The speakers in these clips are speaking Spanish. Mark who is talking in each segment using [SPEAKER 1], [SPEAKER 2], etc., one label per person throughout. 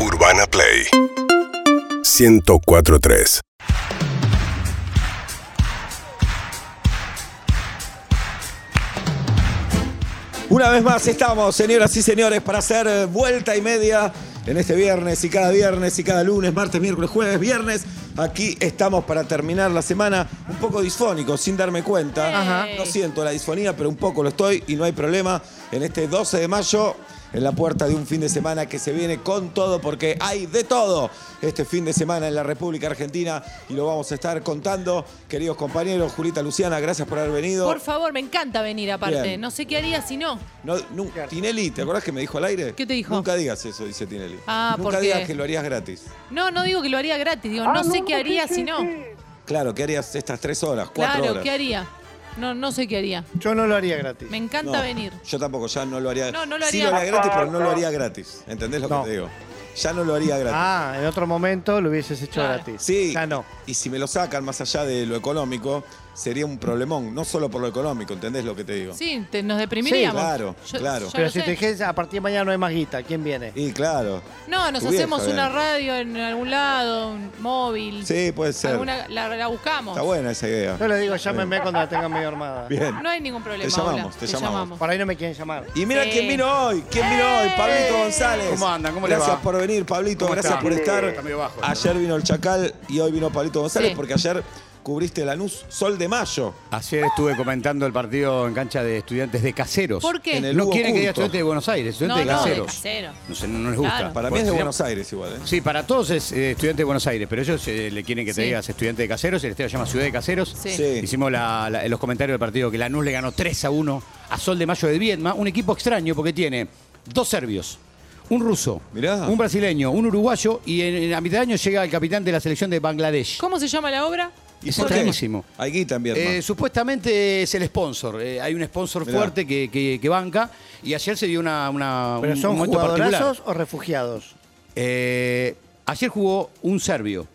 [SPEAKER 1] Urbana Play 1043
[SPEAKER 2] Una vez más estamos, señoras y señores, para hacer eh, vuelta y media en este viernes y cada viernes y cada lunes, martes, miércoles, jueves, viernes. Aquí estamos para terminar la semana un poco disfónico, sin darme cuenta.
[SPEAKER 3] Ajá.
[SPEAKER 2] No siento la disfonía, pero un poco lo estoy y no hay problema. En este 12 de mayo, en la puerta de un fin de semana que se viene con todo, porque hay de todo este fin de semana en la República Argentina y lo vamos a estar contando. Queridos compañeros, Julita Luciana, gracias por haber venido.
[SPEAKER 3] Por favor, me encanta venir aparte.
[SPEAKER 2] Bien.
[SPEAKER 3] No sé qué haría si no.
[SPEAKER 2] No, nu- Tinelli, ¿te acordás que me dijo al aire?
[SPEAKER 3] ¿Qué te dijo?
[SPEAKER 2] Nunca digas eso, dice Tinelli.
[SPEAKER 3] Ah,
[SPEAKER 2] Nunca
[SPEAKER 3] ¿por qué?
[SPEAKER 2] digas que lo harías gratis.
[SPEAKER 3] No, no digo que lo haría gratis,
[SPEAKER 2] Ah,
[SPEAKER 3] digo, no sé qué haría si no.
[SPEAKER 2] Claro, ¿qué harías estas tres horas, cuatro
[SPEAKER 3] Claro,
[SPEAKER 2] horas?
[SPEAKER 3] ¿qué haría? No, no sé qué haría.
[SPEAKER 4] Yo no lo haría gratis.
[SPEAKER 3] Me encanta
[SPEAKER 2] No,
[SPEAKER 3] venir.
[SPEAKER 2] Yo tampoco, ya no lo haría.
[SPEAKER 3] No, no lo
[SPEAKER 2] Sí
[SPEAKER 3] haría.
[SPEAKER 2] lo haría gratis, pero no lo haría gratis. ¿Entendés lo
[SPEAKER 4] No.
[SPEAKER 2] que te digo? Ya no lo haría gratis.
[SPEAKER 4] Ah, en otro momento lo hubieses hecho
[SPEAKER 3] Claro.
[SPEAKER 4] gratis.
[SPEAKER 2] Sí,
[SPEAKER 4] Ya no.
[SPEAKER 2] y si me lo sacan más allá de lo económico, sería un problemón, no solo por lo económico, ¿entendés lo que te digo?
[SPEAKER 3] Sí, te- nos deprimiríamos.
[SPEAKER 2] Sí, claro, claro.
[SPEAKER 3] ya
[SPEAKER 4] Pero
[SPEAKER 3] lo
[SPEAKER 4] si
[SPEAKER 3] sé.
[SPEAKER 4] te dijese, a partir de mañana no hay más guita, ¿quién viene?
[SPEAKER 2] Y claro.
[SPEAKER 3] No, nos
[SPEAKER 2] Tu vieja,
[SPEAKER 3] hacemos una
[SPEAKER 2] bien.
[SPEAKER 3] radio en algún lado, un móvil.
[SPEAKER 2] Sí, puede ser.
[SPEAKER 3] Alguna- la, la buscamos.
[SPEAKER 2] Está buena esa idea.
[SPEAKER 4] Yo le digo, llámenme cuando la tengan medio armada.
[SPEAKER 2] Bien.
[SPEAKER 3] No hay ningún problema.
[SPEAKER 2] Te llamamos,
[SPEAKER 3] Ola.
[SPEAKER 2] te llamamos.
[SPEAKER 4] Por ahí no me quieren llamar.
[SPEAKER 2] Y mira
[SPEAKER 3] Sí. ¡Eh!
[SPEAKER 2] quién vino hoy, quién vino hoy, Pablito González.
[SPEAKER 5] ¿Cómo andan? ¿Cómo les
[SPEAKER 2] Gracias
[SPEAKER 5] va?
[SPEAKER 2] por venir, Pablito,
[SPEAKER 5] ¿Cómo
[SPEAKER 2] gracias
[SPEAKER 5] están?
[SPEAKER 2] por estar.
[SPEAKER 5] Está medio bajo, ¿no?
[SPEAKER 2] ayer vino el Chacal y hoy vino Pablito González
[SPEAKER 3] Sí.
[SPEAKER 2] porque ayer cubriste Lanús Sol de Mayo.
[SPEAKER 5] Ayer estuve comentando el partido en cancha de estudiantes de caseros.
[SPEAKER 3] ¿Por qué?
[SPEAKER 2] En el
[SPEAKER 5] No
[SPEAKER 2] Hugo
[SPEAKER 5] quieren que diga
[SPEAKER 2] Curto.
[SPEAKER 5] estudiantes de Buenos Aires,
[SPEAKER 3] No,
[SPEAKER 5] estudiantes de
[SPEAKER 3] no, de
[SPEAKER 5] caseros.
[SPEAKER 3] casero.
[SPEAKER 5] No, sé, no- no les gusta.
[SPEAKER 3] Claro.
[SPEAKER 2] Para mí es de
[SPEAKER 5] Porque
[SPEAKER 2] Buenos Aires igual, ¿eh?
[SPEAKER 5] Sí, para todos es eh, estudiante de Buenos Aires, pero ellos eh, le quieren que te
[SPEAKER 3] Sí.
[SPEAKER 5] digas estudiante de caseros, el estadio se llama Ciudad de Caseros.
[SPEAKER 3] Sí.
[SPEAKER 2] Sí.
[SPEAKER 5] Hicimos la- la- los comentarios del partido que Lanús le ganó 3 a 1 a Sol de Mayo de Viedma, un equipo extraño porque tiene dos serbios, un ruso,
[SPEAKER 2] Mirá.
[SPEAKER 5] un brasileño, un uruguayo y en, en- a mitad de año llega el capitán de la selección de Bangladesh.
[SPEAKER 3] ¿Cómo se llama la obra?
[SPEAKER 5] Es
[SPEAKER 2] por qué?
[SPEAKER 5] extrañísimo.
[SPEAKER 2] Hay guita en Vietnam.
[SPEAKER 5] Eh, supuestamente es el sponsor. Eh, hay un sponsor
[SPEAKER 2] Mirá.
[SPEAKER 5] fuerte que, que- que banca. Y ayer se dio una, una-
[SPEAKER 4] ¿Pero
[SPEAKER 5] un,
[SPEAKER 4] son
[SPEAKER 5] un momento particular.
[SPEAKER 4] jugadorazos o refugiados?
[SPEAKER 5] Eh, ayer jugó un serbio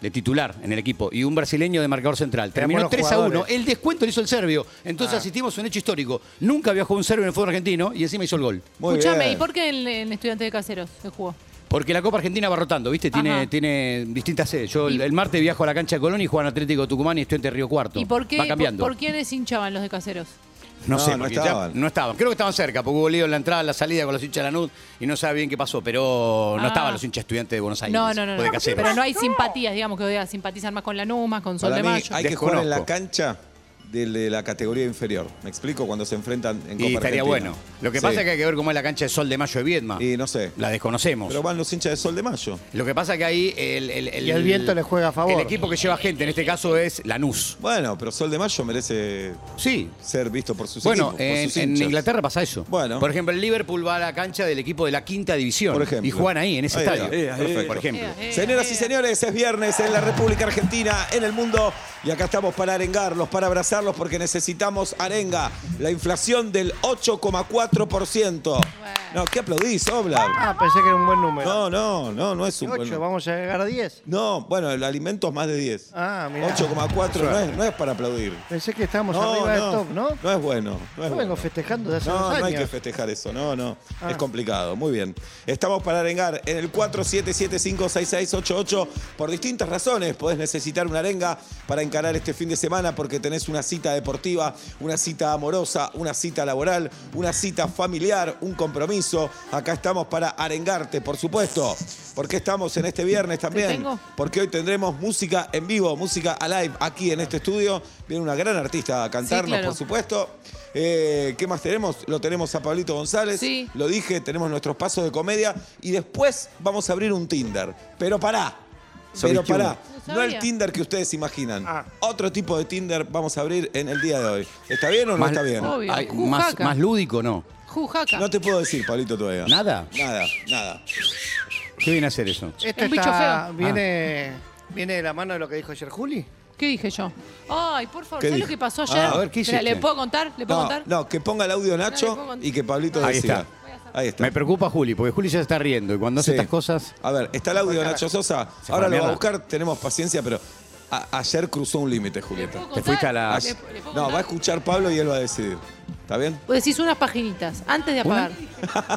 [SPEAKER 5] de titular en el equipo y un brasileño de marcador central.
[SPEAKER 4] Pero
[SPEAKER 5] Terminó
[SPEAKER 4] buenos
[SPEAKER 5] 3 a 1.
[SPEAKER 4] jugadores. Ah.
[SPEAKER 5] El descuento lo hizo el serbio. Entonces asistimos a un hecho histórico. Nunca viajó un serbio en el fútbol argentino y encima hizo el gol.
[SPEAKER 2] Muy
[SPEAKER 3] Escúchame,
[SPEAKER 2] bien.
[SPEAKER 3] ¿y por qué el, el estudiante de caseros se jugó?
[SPEAKER 5] Porque la Copa Argentina va rotando, ¿viste? Tiene,
[SPEAKER 3] Ajá.
[SPEAKER 5] tiene distintas sedes. Yo el,
[SPEAKER 3] Y-
[SPEAKER 5] el martes viajo a la cancha de Colón y juegan Atlético Tucumán y estoy en Río Cuarto.
[SPEAKER 3] ¿Y por qué?
[SPEAKER 5] Va cambiando.
[SPEAKER 3] por quiénes hinchaban los de caseros?
[SPEAKER 5] No,
[SPEAKER 2] No,
[SPEAKER 5] sé,
[SPEAKER 2] no
[SPEAKER 5] porque ya
[SPEAKER 2] estaban.
[SPEAKER 5] no estaban. Creo que estaban cerca, porque hubo lío en la entrada, en la salida con los hinchas de Lanús y no sabe bien qué pasó, pero no
[SPEAKER 3] Ah.
[SPEAKER 5] estaban los hinchas estudiantes de Buenos Aires.
[SPEAKER 3] No, no, no.
[SPEAKER 5] o de
[SPEAKER 3] no.
[SPEAKER 5] Caseros.
[SPEAKER 3] Pero no hay simpatías, digamos, que diga, simpatizan más con la Numa, con Sol
[SPEAKER 2] Para
[SPEAKER 3] de
[SPEAKER 2] mí
[SPEAKER 3] Mayo.
[SPEAKER 2] hay que jugar en la
[SPEAKER 5] Desconozco.
[SPEAKER 2] cancha del de la categoría inferior. ¿Me explico? Cuando se enfrentan en Copa
[SPEAKER 5] Y
[SPEAKER 2] Argentina.
[SPEAKER 5] estaría bueno. Lo que
[SPEAKER 2] Sí.
[SPEAKER 5] pasa es que hay que ver cómo es la cancha de Sol de Mayo de Viedma.
[SPEAKER 2] Y no sé.
[SPEAKER 5] La desconocemos.
[SPEAKER 2] Pero van los hinchas de Sol de Mayo.
[SPEAKER 5] Lo que pasa es que ahí el, el,
[SPEAKER 4] Y el viento le juega a favor.
[SPEAKER 5] El equipo que lleva gente, en este caso es Lanús.
[SPEAKER 2] Bueno, pero Sol de Mayo merece
[SPEAKER 5] Sí.
[SPEAKER 2] ser visto por sus
[SPEAKER 5] Bueno,
[SPEAKER 2] equipos, por
[SPEAKER 5] en,
[SPEAKER 2] sus
[SPEAKER 5] en
[SPEAKER 2] hinchas.
[SPEAKER 5] Inglaterra pasa eso.
[SPEAKER 2] Bueno.
[SPEAKER 5] Por ejemplo, el Liverpool va a la cancha del equipo de la quinta división.
[SPEAKER 2] Por ejemplo.
[SPEAKER 5] Y juegan ahí, en ese
[SPEAKER 2] Ahí está.
[SPEAKER 5] estadio.
[SPEAKER 2] Eh, eh,
[SPEAKER 5] Por
[SPEAKER 2] eh.
[SPEAKER 5] ejemplo.
[SPEAKER 3] Eh, eh,
[SPEAKER 2] Señoras y
[SPEAKER 3] eh.
[SPEAKER 2] señores, es viernes en la República Argentina, en el mundo, y acá estamos para arengarlos, para abrazarlos, porque necesitamos arenga. La inflación del 8,4%. No, ¿qué aplaudís, Obla?
[SPEAKER 4] Ah, pensé que era un buen número.
[SPEAKER 2] No, no, no, no es un buen-
[SPEAKER 4] Ocho, vamos a llegar a 10.
[SPEAKER 2] No, bueno, el alimento es más de 10.
[SPEAKER 4] Ah, mirá.
[SPEAKER 2] 8,4 no es, no es para aplaudir.
[SPEAKER 4] Pensé que estábamos
[SPEAKER 2] No,
[SPEAKER 4] arriba
[SPEAKER 2] no,
[SPEAKER 4] del top, ¿no?
[SPEAKER 2] no es bueno. No es
[SPEAKER 4] Yo
[SPEAKER 2] bueno.
[SPEAKER 4] vengo festejando desde hace dos
[SPEAKER 2] No,
[SPEAKER 4] años.
[SPEAKER 2] no hay que festejar eso, no, no.
[SPEAKER 4] Ah.
[SPEAKER 2] Es complicado, muy bien. Estamos para arengar en el 47756688 por distintas razones. Podés necesitar una arenga para encarar este fin de semana porque tenés una cita deportiva, una cita amorosa, una cita laboral, una cita familiar, un compromiso. Acá estamos para arengarte, por supuesto. Porque estamos en este viernes
[SPEAKER 3] ¿Te
[SPEAKER 2] también.
[SPEAKER 3] tengo?
[SPEAKER 2] Porque hoy tendremos música en vivo, música alive aquí en este estudio. Viene una gran artista a cantarnos,
[SPEAKER 3] claro.
[SPEAKER 2] por supuesto supuesto. Eh, ¿Qué más tenemos? Lo tenemos a Pablito González.
[SPEAKER 3] Sí.
[SPEAKER 2] Lo dije, tenemos nuestros pasos de comedia. Y después vamos a abrir un Tinder. Pero pará. Pero pará.
[SPEAKER 3] No
[SPEAKER 2] No el
[SPEAKER 3] sabía.
[SPEAKER 2] Tinder que ustedes imaginan.
[SPEAKER 4] Ah.
[SPEAKER 2] Otro tipo de Tinder vamos a abrir en el día de hoy. ¿Está bien o no
[SPEAKER 5] Más-
[SPEAKER 2] está bien?
[SPEAKER 3] Obvio.
[SPEAKER 5] Ay,
[SPEAKER 3] Jujaca.
[SPEAKER 5] más, más lúdico, no.
[SPEAKER 3] Jujaca.
[SPEAKER 2] No te puedo decir, Pablito, todavía.
[SPEAKER 5] ¿Nada?
[SPEAKER 2] Nada, nada.
[SPEAKER 5] ¿Qué viene a hacer eso?
[SPEAKER 4] Esto
[SPEAKER 3] Un bicho
[SPEAKER 4] Este está-
[SPEAKER 3] feo.
[SPEAKER 4] Viene, viene de la mano de lo que dijo ayer Juli.
[SPEAKER 3] ¿Qué dije yo? Ay, por favor,
[SPEAKER 2] ¿Qué
[SPEAKER 3] ¿sabes lo
[SPEAKER 2] dije?
[SPEAKER 3] que pasó ayer?
[SPEAKER 2] Ah,
[SPEAKER 5] a ver, ¿qué
[SPEAKER 3] Espera,
[SPEAKER 5] hiciste?
[SPEAKER 3] ¿Le puedo contar? ¿Le puedo
[SPEAKER 2] No,
[SPEAKER 3] contar?
[SPEAKER 2] no, que ponga el audio
[SPEAKER 3] No, le puedo
[SPEAKER 2] Nacho
[SPEAKER 3] contar.
[SPEAKER 2] y que Pablito
[SPEAKER 5] Ahí
[SPEAKER 2] decida.
[SPEAKER 5] está.
[SPEAKER 2] Ahí está.
[SPEAKER 5] Me preocupa Juli, porque Juli ya se está riendo y cuando hace
[SPEAKER 2] Sí.
[SPEAKER 5] estas cosas.
[SPEAKER 2] A ver, está el audio de Nacho Sosa.
[SPEAKER 5] Se fue a
[SPEAKER 2] Ahora lo
[SPEAKER 5] la
[SPEAKER 2] va a
[SPEAKER 5] mierda.
[SPEAKER 2] buscar, tenemos paciencia, pero a- ayer cruzó un límite, Julieta.
[SPEAKER 3] ¿Puedo
[SPEAKER 5] Te
[SPEAKER 3] contar?
[SPEAKER 5] fuiste a la-
[SPEAKER 2] Ayer-
[SPEAKER 3] ¿Le- le puedo
[SPEAKER 2] no,
[SPEAKER 3] contar?
[SPEAKER 2] va a escuchar Pablo y él va a decidir. ¿Está bien?
[SPEAKER 3] Vos decís unas paginitas antes de apagar.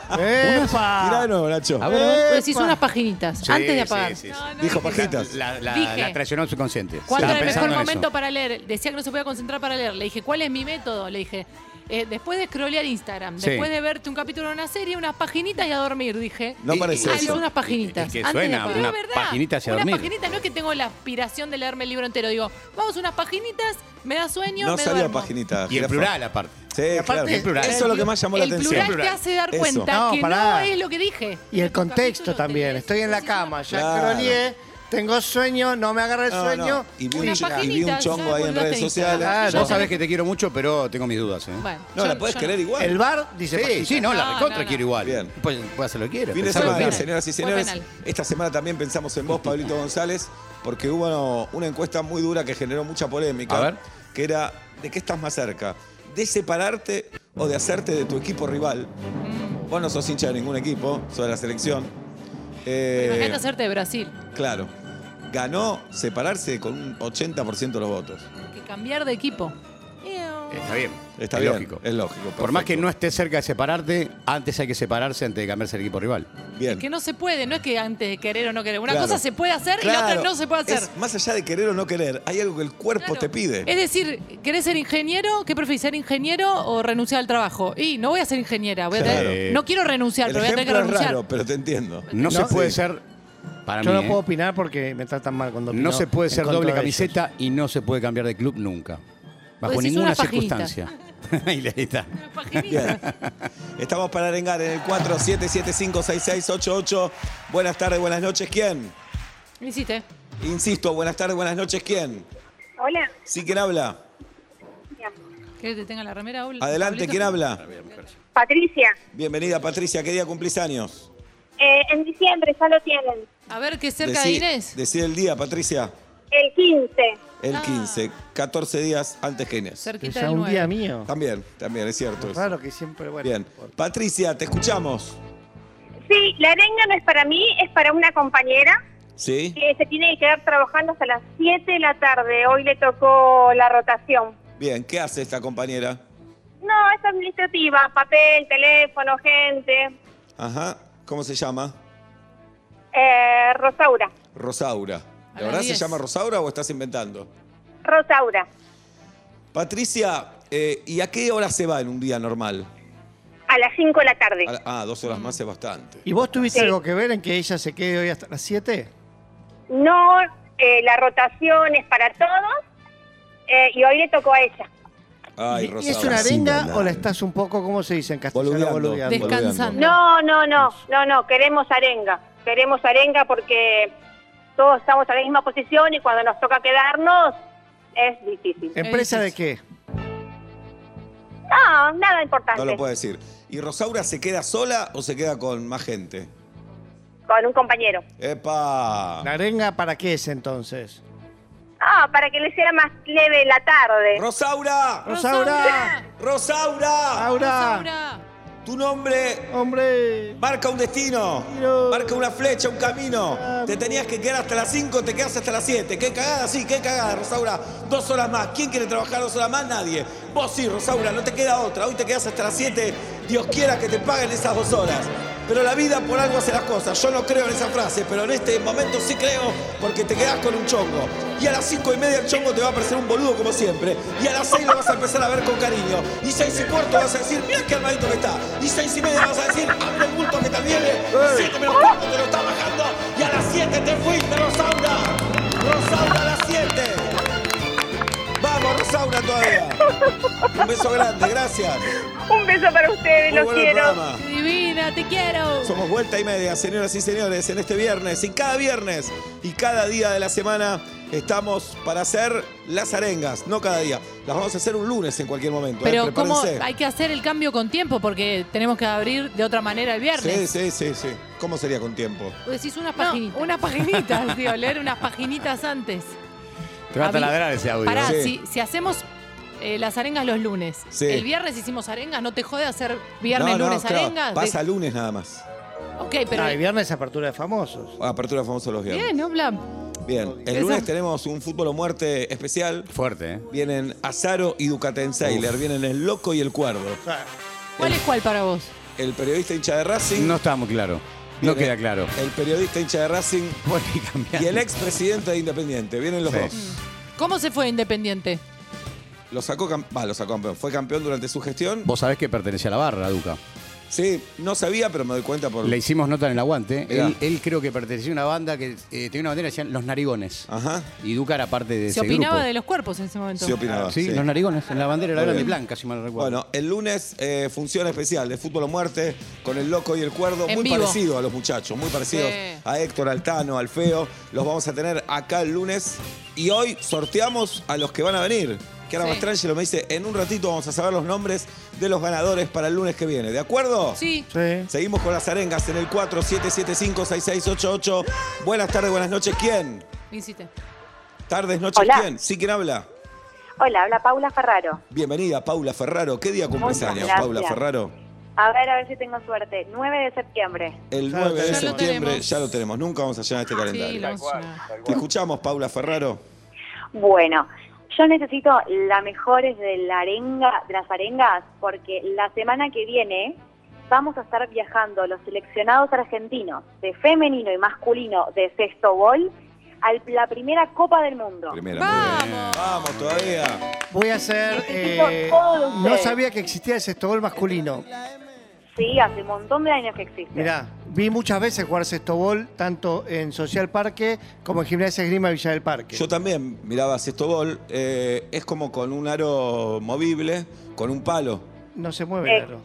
[SPEAKER 4] ¡Epa!
[SPEAKER 2] Mirá de nuevo, Nacho.
[SPEAKER 5] A ver.
[SPEAKER 3] Vos decís Pues unas paginitas antes de apagar.
[SPEAKER 5] Sí, sí, sí.
[SPEAKER 2] Dijo pajitas.
[SPEAKER 5] La, la-
[SPEAKER 3] Dije.
[SPEAKER 5] la traicionó el subconsciente.
[SPEAKER 3] ¿Cuándo era
[SPEAKER 5] Estaba
[SPEAKER 3] el mejor
[SPEAKER 5] pensando en eso.
[SPEAKER 3] momento para leer? Decía que no se podía concentrar para leer. Le dije, ¿cuál es mi método? Le dije, eh, después de scrollear Instagram,
[SPEAKER 5] Sí.
[SPEAKER 3] después de verte un capítulo de una serie, unas paginitas y a dormir, dije.
[SPEAKER 2] No parece
[SPEAKER 3] Ah,
[SPEAKER 2] eso.
[SPEAKER 3] no, unas paginitas.
[SPEAKER 5] Es que
[SPEAKER 3] antes de
[SPEAKER 5] suena,
[SPEAKER 3] apagar.
[SPEAKER 5] una
[SPEAKER 3] Es verdad,
[SPEAKER 5] paginita hacia
[SPEAKER 3] una
[SPEAKER 5] dormir.
[SPEAKER 3] paginita, no es que tengo la aspiración de leerme el libro entero. Digo, vamos unas paginitas, me da sueño,
[SPEAKER 2] No
[SPEAKER 3] me
[SPEAKER 2] salió
[SPEAKER 3] duermo.
[SPEAKER 2] paginita.
[SPEAKER 5] Y en
[SPEAKER 2] jirafa.
[SPEAKER 5] plural, aparte.
[SPEAKER 2] Sí,
[SPEAKER 4] Y aparte,
[SPEAKER 2] claro.
[SPEAKER 4] en plural.
[SPEAKER 2] Eso es lo que más llamó la
[SPEAKER 3] el
[SPEAKER 2] atención.
[SPEAKER 3] plural
[SPEAKER 5] Plural.
[SPEAKER 3] te hace dar
[SPEAKER 2] Eso.
[SPEAKER 3] cuenta
[SPEAKER 4] No,
[SPEAKER 3] que
[SPEAKER 4] pará.
[SPEAKER 3] no es lo que dije.
[SPEAKER 4] Y el
[SPEAKER 3] Estos
[SPEAKER 4] contexto
[SPEAKER 3] capítulos
[SPEAKER 4] también.
[SPEAKER 3] tenés-
[SPEAKER 4] Estoy en la
[SPEAKER 3] decís una
[SPEAKER 4] cama, ya
[SPEAKER 2] Claro.
[SPEAKER 4] crolié, tengo sueño, no me agarra el
[SPEAKER 2] No, no.
[SPEAKER 4] sueño. Ah,
[SPEAKER 2] Y vi,
[SPEAKER 3] Una
[SPEAKER 2] un, y vi un
[SPEAKER 3] paginita,
[SPEAKER 2] chongo
[SPEAKER 3] ya
[SPEAKER 2] ahí en
[SPEAKER 3] volviste
[SPEAKER 2] redes
[SPEAKER 3] a
[SPEAKER 2] sociales.
[SPEAKER 4] Instagram. Claro.
[SPEAKER 5] Ah, Vos sabés que te quiero mucho, pero tengo mis dudas. ¿eh?
[SPEAKER 3] Bueno,
[SPEAKER 2] No,
[SPEAKER 3] yo-
[SPEAKER 2] la podés
[SPEAKER 3] yo
[SPEAKER 2] querer igual.
[SPEAKER 4] El bar dice
[SPEAKER 5] Sí,
[SPEAKER 4] pajita.
[SPEAKER 5] sí, no, la
[SPEAKER 3] No,
[SPEAKER 5] recontra
[SPEAKER 3] no, no.
[SPEAKER 5] quiero igual.
[SPEAKER 2] Bien.
[SPEAKER 5] Pues puede hacer lo que quiera.
[SPEAKER 2] Fin de
[SPEAKER 5] pensá lo que
[SPEAKER 2] semana,
[SPEAKER 5] quiera.
[SPEAKER 2] señoras y
[SPEAKER 3] Fue
[SPEAKER 2] señores.
[SPEAKER 3] penal.
[SPEAKER 2] Esta semana también pensamos en vos, Pablito González, porque hubo bueno, una encuesta muy dura que generó mucha polémica.
[SPEAKER 5] A ver.
[SPEAKER 2] Que era, ¿de qué estás más cerca? ¿De separarte o de hacerte de tu equipo rival?
[SPEAKER 3] Mm.
[SPEAKER 2] Vos no sos hincha de ningún equipo, sos de la selección. Eh,
[SPEAKER 3] Imagínate hacerte de Brasil.
[SPEAKER 2] claro. Ganó separarse con un 80% de los votos.
[SPEAKER 3] Que cambiar de equipo.
[SPEAKER 5] Está bien.
[SPEAKER 2] Está
[SPEAKER 5] es
[SPEAKER 2] bien,
[SPEAKER 5] lógico.
[SPEAKER 2] es lógico,
[SPEAKER 5] Por más
[SPEAKER 2] perfecto.
[SPEAKER 5] que no estés cerca de separarte, antes hay que separarse antes de cambiarse el equipo rival.
[SPEAKER 2] Bien.
[SPEAKER 3] Que no se puede, no es que antes de querer o no querer. Una
[SPEAKER 2] Claro.
[SPEAKER 3] cosa se puede hacer y la
[SPEAKER 2] Claro.
[SPEAKER 3] otra no se puede hacer.
[SPEAKER 2] Es más allá de querer o no querer, hay algo que el cuerpo
[SPEAKER 3] Claro.
[SPEAKER 2] te pide.
[SPEAKER 3] Es decir, ¿querés ser ingeniero? ¿Qué preferís, ser ingeniero o renunciar al trabajo? Y no voy a ser ingeniera, voy a
[SPEAKER 2] Claro.
[SPEAKER 3] tener- no quiero renunciar,
[SPEAKER 2] el
[SPEAKER 3] pero voy a
[SPEAKER 2] ejemplo
[SPEAKER 3] tener que
[SPEAKER 2] es
[SPEAKER 3] renunciar.
[SPEAKER 2] raro, pero te entiendo.
[SPEAKER 5] No, se
[SPEAKER 4] No,
[SPEAKER 5] puede
[SPEAKER 2] sí.
[SPEAKER 5] ser, para
[SPEAKER 4] Yo
[SPEAKER 5] mí,
[SPEAKER 4] no
[SPEAKER 5] ¿eh?
[SPEAKER 4] puedo opinar porque me tratan mal cuando opino
[SPEAKER 5] no se puede
[SPEAKER 4] en
[SPEAKER 5] ser
[SPEAKER 4] contra
[SPEAKER 5] doble
[SPEAKER 4] de ellos.
[SPEAKER 5] camiseta y no se puede cambiar de club nunca. Bajo
[SPEAKER 3] decís
[SPEAKER 5] ninguna
[SPEAKER 3] una pajita.
[SPEAKER 5] circunstancia. Ahí le está.
[SPEAKER 2] Bien. Estamos para arengar en el 47756688. Buenas tardes, buenas noches, ¿quién?
[SPEAKER 3] ¿Qué hiciste?
[SPEAKER 2] Insisto, buenas tardes, buenas noches, ¿quién?
[SPEAKER 1] Hola,
[SPEAKER 2] Sí, ¿quién habla?
[SPEAKER 3] ¿Querés que te tenga la remera? Pablito?
[SPEAKER 2] Adelante, ¿quién habla?
[SPEAKER 1] Patricia.
[SPEAKER 2] Bienvenida, Patricia, ¿qué día cumplís años?
[SPEAKER 1] Eh, en diciembre ya lo tienen,
[SPEAKER 3] A ver, qué cerca de
[SPEAKER 2] Decí-
[SPEAKER 3] Inés.
[SPEAKER 2] decí el día, Patricia.
[SPEAKER 1] el 15.
[SPEAKER 2] El
[SPEAKER 3] Ah.
[SPEAKER 2] 15, 14 días antes que Inés.
[SPEAKER 4] Que
[SPEAKER 3] Cerquita
[SPEAKER 4] ya
[SPEAKER 3] del
[SPEAKER 4] un
[SPEAKER 3] 9.
[SPEAKER 4] día mío.
[SPEAKER 2] También, también, es cierto. eso.
[SPEAKER 4] Raro que siempre, bueno.
[SPEAKER 2] Bien. Patricia, te escuchamos.
[SPEAKER 1] Sí, la arenga no es para mí, es para una compañera
[SPEAKER 2] ¿Sí?
[SPEAKER 1] que se tiene que quedar trabajando hasta las 7 de la tarde. Hoy le tocó la rotación.
[SPEAKER 2] Bien, ¿qué hace esta compañera?
[SPEAKER 1] No, es administrativa, papel, teléfono, gente.
[SPEAKER 2] Ajá, ¿cómo se llama?
[SPEAKER 1] Eh, Rosaura,
[SPEAKER 2] Rosaura.
[SPEAKER 3] A
[SPEAKER 2] ¿La
[SPEAKER 3] las
[SPEAKER 2] verdad se
[SPEAKER 3] 10.
[SPEAKER 2] llama Rosaura o estás inventando?
[SPEAKER 1] Rosaura.
[SPEAKER 2] Patricia, eh, ¿y a qué hora se va en un día normal?
[SPEAKER 1] A las 5 de la tarde.
[SPEAKER 2] A la- ah, dos
[SPEAKER 3] Mm.
[SPEAKER 2] horas más es bastante.
[SPEAKER 4] ¿Y vos tuviste algo que ver en que ella se quede hoy hasta las 7?
[SPEAKER 1] No, eh, la rotación es para todos eh, y hoy le tocó a ella.
[SPEAKER 2] Ay,
[SPEAKER 4] ¿Y
[SPEAKER 2] Rosaura.
[SPEAKER 4] ¿Es una
[SPEAKER 2] Sí,
[SPEAKER 4] arenga
[SPEAKER 2] no,
[SPEAKER 4] o
[SPEAKER 2] no.
[SPEAKER 4] la estás un poco, cómo se dice en castellano?
[SPEAKER 2] Boludeando.
[SPEAKER 3] Desca- Descansando.
[SPEAKER 1] No, no, no, no, no, queremos arenga. Queremos arenga porque todos estamos en la misma posición y cuando nos toca quedarnos es difícil.
[SPEAKER 4] ¿Empresa de qué?
[SPEAKER 1] No, nada importante.
[SPEAKER 2] No lo puedo decir. ¿Y Rosaura se queda sola o se queda con más gente?
[SPEAKER 1] Con un compañero.
[SPEAKER 2] ¡Epa!
[SPEAKER 4] ¿La arenga para qué es entonces?
[SPEAKER 1] Ah, para que le sea más leve la tarde.
[SPEAKER 2] ¡Rosaura!
[SPEAKER 4] ¡Rosaura!
[SPEAKER 2] ¡Rosaura!
[SPEAKER 4] ¡Rosaura!
[SPEAKER 2] Tu nombre
[SPEAKER 4] ¡Hombre!
[SPEAKER 2] marca un destino,
[SPEAKER 4] No.
[SPEAKER 2] marca una flecha, un camino. Te tenías que quedar hasta las 5, te quedas hasta las 7. ¡Qué cagada! Sí, qué cagada, Rosaura. Dos horas más. ¿Quién quiere trabajar dos horas más? Nadie. Vos sí, Rosaura, no te queda otra. Hoy te quedas hasta las 7. Dios quiera que te paguen esas dos horas. Pero la vida por algo hace las cosas. Yo no creo en esa frase, pero en este momento sí creo porque te quedás con un chongo. Y a las 5 y media el chongo te va a parecer un boludo como siempre. Y a las 6 lo vas a empezar a ver con cariño. Y 6 y cuarto vas a decir, mira qué armadito que está. Y 6 y media vas a decir, abre el bulto que te viene. 7 menos cuarto te lo está bajando. Y a las 7 te fuiste, Rosaura. Rosaura a las 7. Vamos, Rosaura todavía. Un beso grande, gracias.
[SPEAKER 1] Un beso para ustedes,
[SPEAKER 2] Muy
[SPEAKER 1] los
[SPEAKER 2] bueno el
[SPEAKER 1] quiero.
[SPEAKER 2] programa.
[SPEAKER 3] Qué Divina, te quiero.
[SPEAKER 2] Somos vuelta y media, señoras y señores, en este viernes y cada viernes y cada día de la semana estamos para hacer las arengas, no cada día. Las vamos a hacer un lunes en cualquier momento. ¿eh?
[SPEAKER 3] Pero cómo
[SPEAKER 2] Prepárense.
[SPEAKER 3] hay que hacer el cambio con tiempo porque tenemos que abrir de otra manera el
[SPEAKER 2] Sí,
[SPEAKER 3] viernes.
[SPEAKER 2] sí, sí, sí. ¿Cómo sería con tiempo?
[SPEAKER 3] Vos decís unas
[SPEAKER 1] No,
[SPEAKER 3] paginitas. unas paginitas, digo, leer unas paginitas antes.
[SPEAKER 5] Te va a
[SPEAKER 3] Avi-
[SPEAKER 5] taladrar ese audio.
[SPEAKER 3] Pará,
[SPEAKER 5] ¿eh?
[SPEAKER 2] Sí.
[SPEAKER 3] si, si hacemos eh, las arengas los lunes,
[SPEAKER 2] Sí.
[SPEAKER 3] el viernes hicimos arengas, ¿no te jode hacer viernes,
[SPEAKER 2] No, no,
[SPEAKER 3] lunes,
[SPEAKER 2] claro,
[SPEAKER 3] arengas?
[SPEAKER 2] Pasa lunes nada más.
[SPEAKER 3] De- Ok, pero...
[SPEAKER 4] Ah, y viernes apertura de famosos.
[SPEAKER 2] Apertura famoso los viernes.
[SPEAKER 3] Bien, ¿no, Blam?
[SPEAKER 2] Bien, Bien, el
[SPEAKER 3] Eso-
[SPEAKER 2] lunes tenemos un fútbol o muerte especial.
[SPEAKER 5] Fuerte, ¿eh?
[SPEAKER 2] Vienen Azaro y Ducatenseiler, vienen el loco y el cuervo.
[SPEAKER 3] ¿Cuál es cuál para vos?
[SPEAKER 2] El periodista hincha de Racing.
[SPEAKER 5] No está muy claro. No
[SPEAKER 2] viene
[SPEAKER 5] queda claro.
[SPEAKER 2] El periodista hincha de Racing
[SPEAKER 5] Bueno, y cambiando.
[SPEAKER 2] y el expresidente de Independiente. Vienen los
[SPEAKER 5] Sí.
[SPEAKER 2] dos.
[SPEAKER 3] ¿Cómo se fue Independiente?
[SPEAKER 2] Lo sacó, cam- va, lo sacó campeón. Fue campeón durante su gestión.
[SPEAKER 5] Vos sabés que pertenece a la barra, Duca.
[SPEAKER 2] Sí, no sabía, pero me doy cuenta por.
[SPEAKER 5] Le hicimos nota en el aguante.
[SPEAKER 2] Mirá.
[SPEAKER 5] Él, él creo que pertenecía a una banda que eh, tenía una bandera que decían Los Narigones.
[SPEAKER 2] Ajá.
[SPEAKER 5] Y Duca era parte de
[SPEAKER 3] Se
[SPEAKER 5] ese
[SPEAKER 3] opinaba
[SPEAKER 5] grupo.
[SPEAKER 3] de los cuerpos en ese momento.
[SPEAKER 2] Sí, opinaba.
[SPEAKER 5] Sí,
[SPEAKER 2] Ah, sí.
[SPEAKER 5] Los Narigones. En la bandera era
[SPEAKER 2] Muy
[SPEAKER 5] grande y
[SPEAKER 2] bien.
[SPEAKER 5] blanca, si mal no recuerdo.
[SPEAKER 2] Bueno, el lunes eh, función especial de fútbol o muerte con el loco y el cuerdo,
[SPEAKER 3] En
[SPEAKER 2] muy
[SPEAKER 3] vivo.
[SPEAKER 2] parecido a los muchachos, muy parecidos
[SPEAKER 3] Sí.
[SPEAKER 2] a Héctor Altano, al Feo. Los vamos a tener acá el lunes y hoy sorteamos a los que van a venir. Que ahora
[SPEAKER 3] Sí.
[SPEAKER 2] Mastrangelo me dice, en un ratito vamos a saber los nombres de los ganadores para el lunes que viene, ¿de acuerdo?
[SPEAKER 3] Sí.
[SPEAKER 4] Sí.
[SPEAKER 2] Seguimos con las arengas en el 47756688. Buenas tardes, buenas noches, ¿quién?
[SPEAKER 3] Insiste.
[SPEAKER 2] Tardes, noches,
[SPEAKER 1] Hola.
[SPEAKER 2] ¿quién? Sí, ¿quién habla?
[SPEAKER 1] Hola, habla Paula Ferraro.
[SPEAKER 2] Bienvenida, Paula Ferraro. ¿Qué día cumples
[SPEAKER 1] Muchas
[SPEAKER 2] años,
[SPEAKER 1] gracias.
[SPEAKER 2] Paula Ferraro?
[SPEAKER 1] A ver, a ver si tengo suerte. 9 de septiembre.
[SPEAKER 2] El
[SPEAKER 4] Ya
[SPEAKER 2] 9
[SPEAKER 4] lo
[SPEAKER 2] de
[SPEAKER 4] tenemos.
[SPEAKER 2] septiembre
[SPEAKER 3] tenemos. Ah,
[SPEAKER 2] ya lo tenemos. Nunca vamos a llenar este
[SPEAKER 3] Sí,
[SPEAKER 2] calendario.
[SPEAKER 3] lo vamos a llenar.
[SPEAKER 2] Te escuchamos, Paula Ferraro.
[SPEAKER 1] Bueno, yo necesito las mejores de la arenga, de las arengas, porque la semana que viene vamos a estar viajando los seleccionados argentinos de femenino y masculino de sexto gol a la primera Copa del Mundo.
[SPEAKER 2] Primera. muy bien.
[SPEAKER 3] ¡Vamos!
[SPEAKER 2] Vamos todavía.
[SPEAKER 4] Voy a hacer.
[SPEAKER 1] Necesito
[SPEAKER 4] eh,
[SPEAKER 1] todos
[SPEAKER 4] no
[SPEAKER 1] ustedes.
[SPEAKER 4] sabía que existía ese Estobol masculino.
[SPEAKER 1] Sí, hace un montón de años que existe.
[SPEAKER 4] Mirá, vi muchas veces jugar Sextobol, tanto en Social Parque como en Gimnasia Grima Villa del Parque.
[SPEAKER 2] Yo también miraba sexto gol. eh, es como con un aro movible, con un palo.
[SPEAKER 4] no se mueve,
[SPEAKER 1] Eh,
[SPEAKER 4] claro.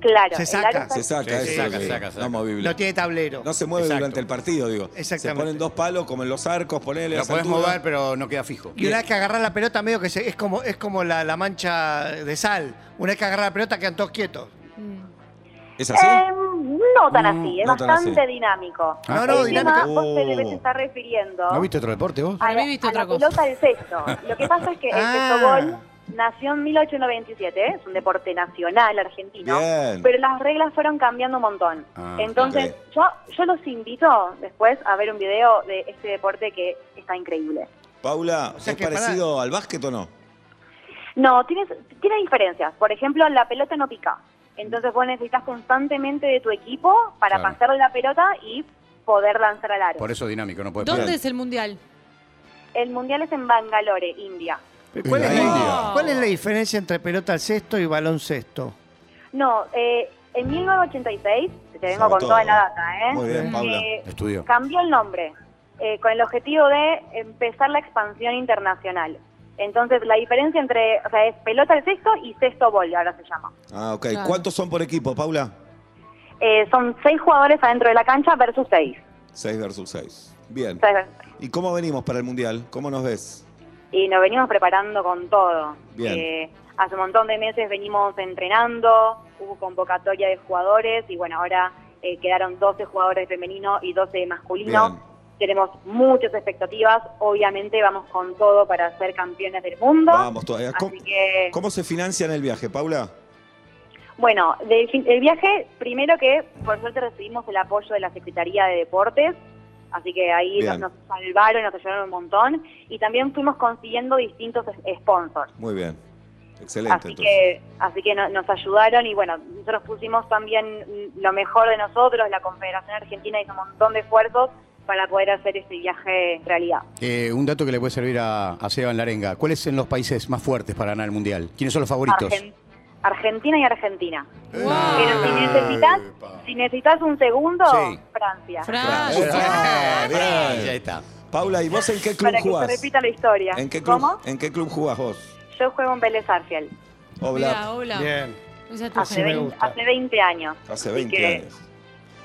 [SPEAKER 1] Claro.
[SPEAKER 4] Se
[SPEAKER 1] el
[SPEAKER 4] saca.
[SPEAKER 1] área está-
[SPEAKER 2] Se saca,
[SPEAKER 5] Sí,
[SPEAKER 2] eso
[SPEAKER 5] se
[SPEAKER 2] es
[SPEAKER 5] saca,
[SPEAKER 2] lo que-
[SPEAKER 5] saca, saca.
[SPEAKER 2] No movible.
[SPEAKER 4] No tiene tablero.
[SPEAKER 2] No se mueve
[SPEAKER 5] Exacto.
[SPEAKER 2] durante el partido, digo. Se
[SPEAKER 4] Exactamente.
[SPEAKER 2] ponen dos palos, como en los arcos, ponele.
[SPEAKER 5] Lo
[SPEAKER 2] a
[SPEAKER 5] podés
[SPEAKER 2] altura.
[SPEAKER 5] mover, pero no queda fijo.
[SPEAKER 4] Y una vez que agarrar la pelota, medio que se- es como, es como la, la mancha de sal. Una vez que agarrar la pelota, quedan todos quietos.
[SPEAKER 2] ¿Es así? Mm,
[SPEAKER 1] Eh, no tan así, es
[SPEAKER 2] no tan
[SPEAKER 1] bastante
[SPEAKER 2] así.
[SPEAKER 1] dinámico.
[SPEAKER 5] Ah,
[SPEAKER 4] no, no,
[SPEAKER 1] Encima,
[SPEAKER 4] dinámico.
[SPEAKER 1] Vos te
[SPEAKER 2] Oh.
[SPEAKER 1] debes estar refiriendo
[SPEAKER 5] ¿No viste otro deporte vos?
[SPEAKER 1] a
[SPEAKER 3] Había
[SPEAKER 1] la,
[SPEAKER 3] visto
[SPEAKER 1] a
[SPEAKER 3] otra
[SPEAKER 1] la
[SPEAKER 3] cosa.
[SPEAKER 1] pelota de sexto. Lo que pasa es que el
[SPEAKER 4] Ah.
[SPEAKER 1] sexto gol nació en 1897, ¿eh? es un deporte nacional argentino,
[SPEAKER 2] Bien.
[SPEAKER 1] pero las reglas fueron cambiando un montón.
[SPEAKER 5] Ah,
[SPEAKER 1] Entonces, yo, yo los invito después a ver un video de este deporte que está increíble.
[SPEAKER 2] Paula,
[SPEAKER 4] sea
[SPEAKER 2] ¿es
[SPEAKER 4] que pará.
[SPEAKER 2] parecido al básquet o no?
[SPEAKER 1] No, tienes, tiene diferencias. Por ejemplo, la pelota no pica. Entonces vos necesitas constantemente de tu equipo para
[SPEAKER 5] Claro.
[SPEAKER 1] pasarle la pelota y poder lanzar al aro.
[SPEAKER 5] Por eso dinámico, no puede
[SPEAKER 3] ¿Dónde
[SPEAKER 5] parar.
[SPEAKER 3] es el mundial?
[SPEAKER 1] El mundial es en Bangalore, India.
[SPEAKER 4] ¿Cuál es,
[SPEAKER 5] la
[SPEAKER 4] la,
[SPEAKER 3] India.
[SPEAKER 4] cuál es la diferencia entre pelota al sexto y baloncesto?
[SPEAKER 1] No, eh, en 1986, te vengo
[SPEAKER 2] Sabe
[SPEAKER 1] con
[SPEAKER 2] todo.
[SPEAKER 1] toda la data, ¿eh?
[SPEAKER 2] Muy bien, Paula.
[SPEAKER 1] Eh,
[SPEAKER 5] Estudio.
[SPEAKER 1] cambió el nombre eh, con el objetivo de empezar la expansión internacional. Entonces, la diferencia entre, o sea, es pelota al sexto y sexto bol, ahora se llama.
[SPEAKER 2] Ah, ok.
[SPEAKER 3] Claro.
[SPEAKER 2] ¿Cuántos son por equipo, Paula?
[SPEAKER 1] Eh, son seis jugadores adentro de la cancha versus seis.
[SPEAKER 2] 6 versus 6. Bien.
[SPEAKER 1] Entonces,
[SPEAKER 2] ¿Y cómo venimos para el Mundial? ¿Cómo nos ves?
[SPEAKER 1] y nos venimos preparando con todo.
[SPEAKER 2] Bien.
[SPEAKER 1] Eh, hace un montón de meses venimos entrenando, hubo convocatoria de jugadores y bueno, ahora eh, quedaron 12 jugadores femeninos y 12 masculinos.
[SPEAKER 2] Bien.
[SPEAKER 1] Tenemos muchas expectativas, obviamente vamos con todo para ser campeones del mundo.
[SPEAKER 2] Vamos todavía. ¿Cómo,
[SPEAKER 1] Así que,
[SPEAKER 2] cómo se financian el viaje, Paula?
[SPEAKER 1] bueno, del fin- el viaje, primero que por suerte recibimos el apoyo de la Secretaría de Deportes, así que ahí
[SPEAKER 2] Bien.
[SPEAKER 1] nos, nos salvaron, nos ayudaron un montón, y también fuimos consiguiendo distintos es- sponsors.
[SPEAKER 2] Muy bien. Excelente,
[SPEAKER 1] Así
[SPEAKER 2] entonces.
[SPEAKER 1] que, así que no- nos ayudaron y bueno, nosotros pusimos también lo mejor de nosotros, la Confederación Argentina hizo un montón de esfuerzos para poder hacer este viaje realidad.
[SPEAKER 5] Eh, un dato que le puede servir a, a Seba en la arenga. ¿Cuáles son los países más fuertes para ganar el mundial? ¿Quiénes son los favoritos?
[SPEAKER 1] Argen- Argentina y Argentina.
[SPEAKER 3] Eh. Wow.
[SPEAKER 1] Pero si necesitas, si necesitas un segundo,
[SPEAKER 5] Sí.
[SPEAKER 1] Francia.
[SPEAKER 2] Ah,
[SPEAKER 1] eh,
[SPEAKER 3] Francia.
[SPEAKER 2] bien.
[SPEAKER 5] Ya está.
[SPEAKER 2] Paula, ¿y vos en qué club
[SPEAKER 1] Para que
[SPEAKER 2] jugás?
[SPEAKER 1] se repita la historia.
[SPEAKER 2] ¿En, qué club,
[SPEAKER 1] ¿Cómo?
[SPEAKER 2] ¿En qué club jugás vos?
[SPEAKER 1] Yo juego en Vélez Arfiel.
[SPEAKER 3] Hola,
[SPEAKER 2] Obla,
[SPEAKER 3] hola.
[SPEAKER 4] Bien.
[SPEAKER 3] Esa es tu
[SPEAKER 1] Hace,
[SPEAKER 3] gente.
[SPEAKER 4] me
[SPEAKER 1] 20,
[SPEAKER 4] gusta.
[SPEAKER 1] hace 20 años.
[SPEAKER 2] hace
[SPEAKER 1] Así
[SPEAKER 2] 20
[SPEAKER 1] que
[SPEAKER 2] años.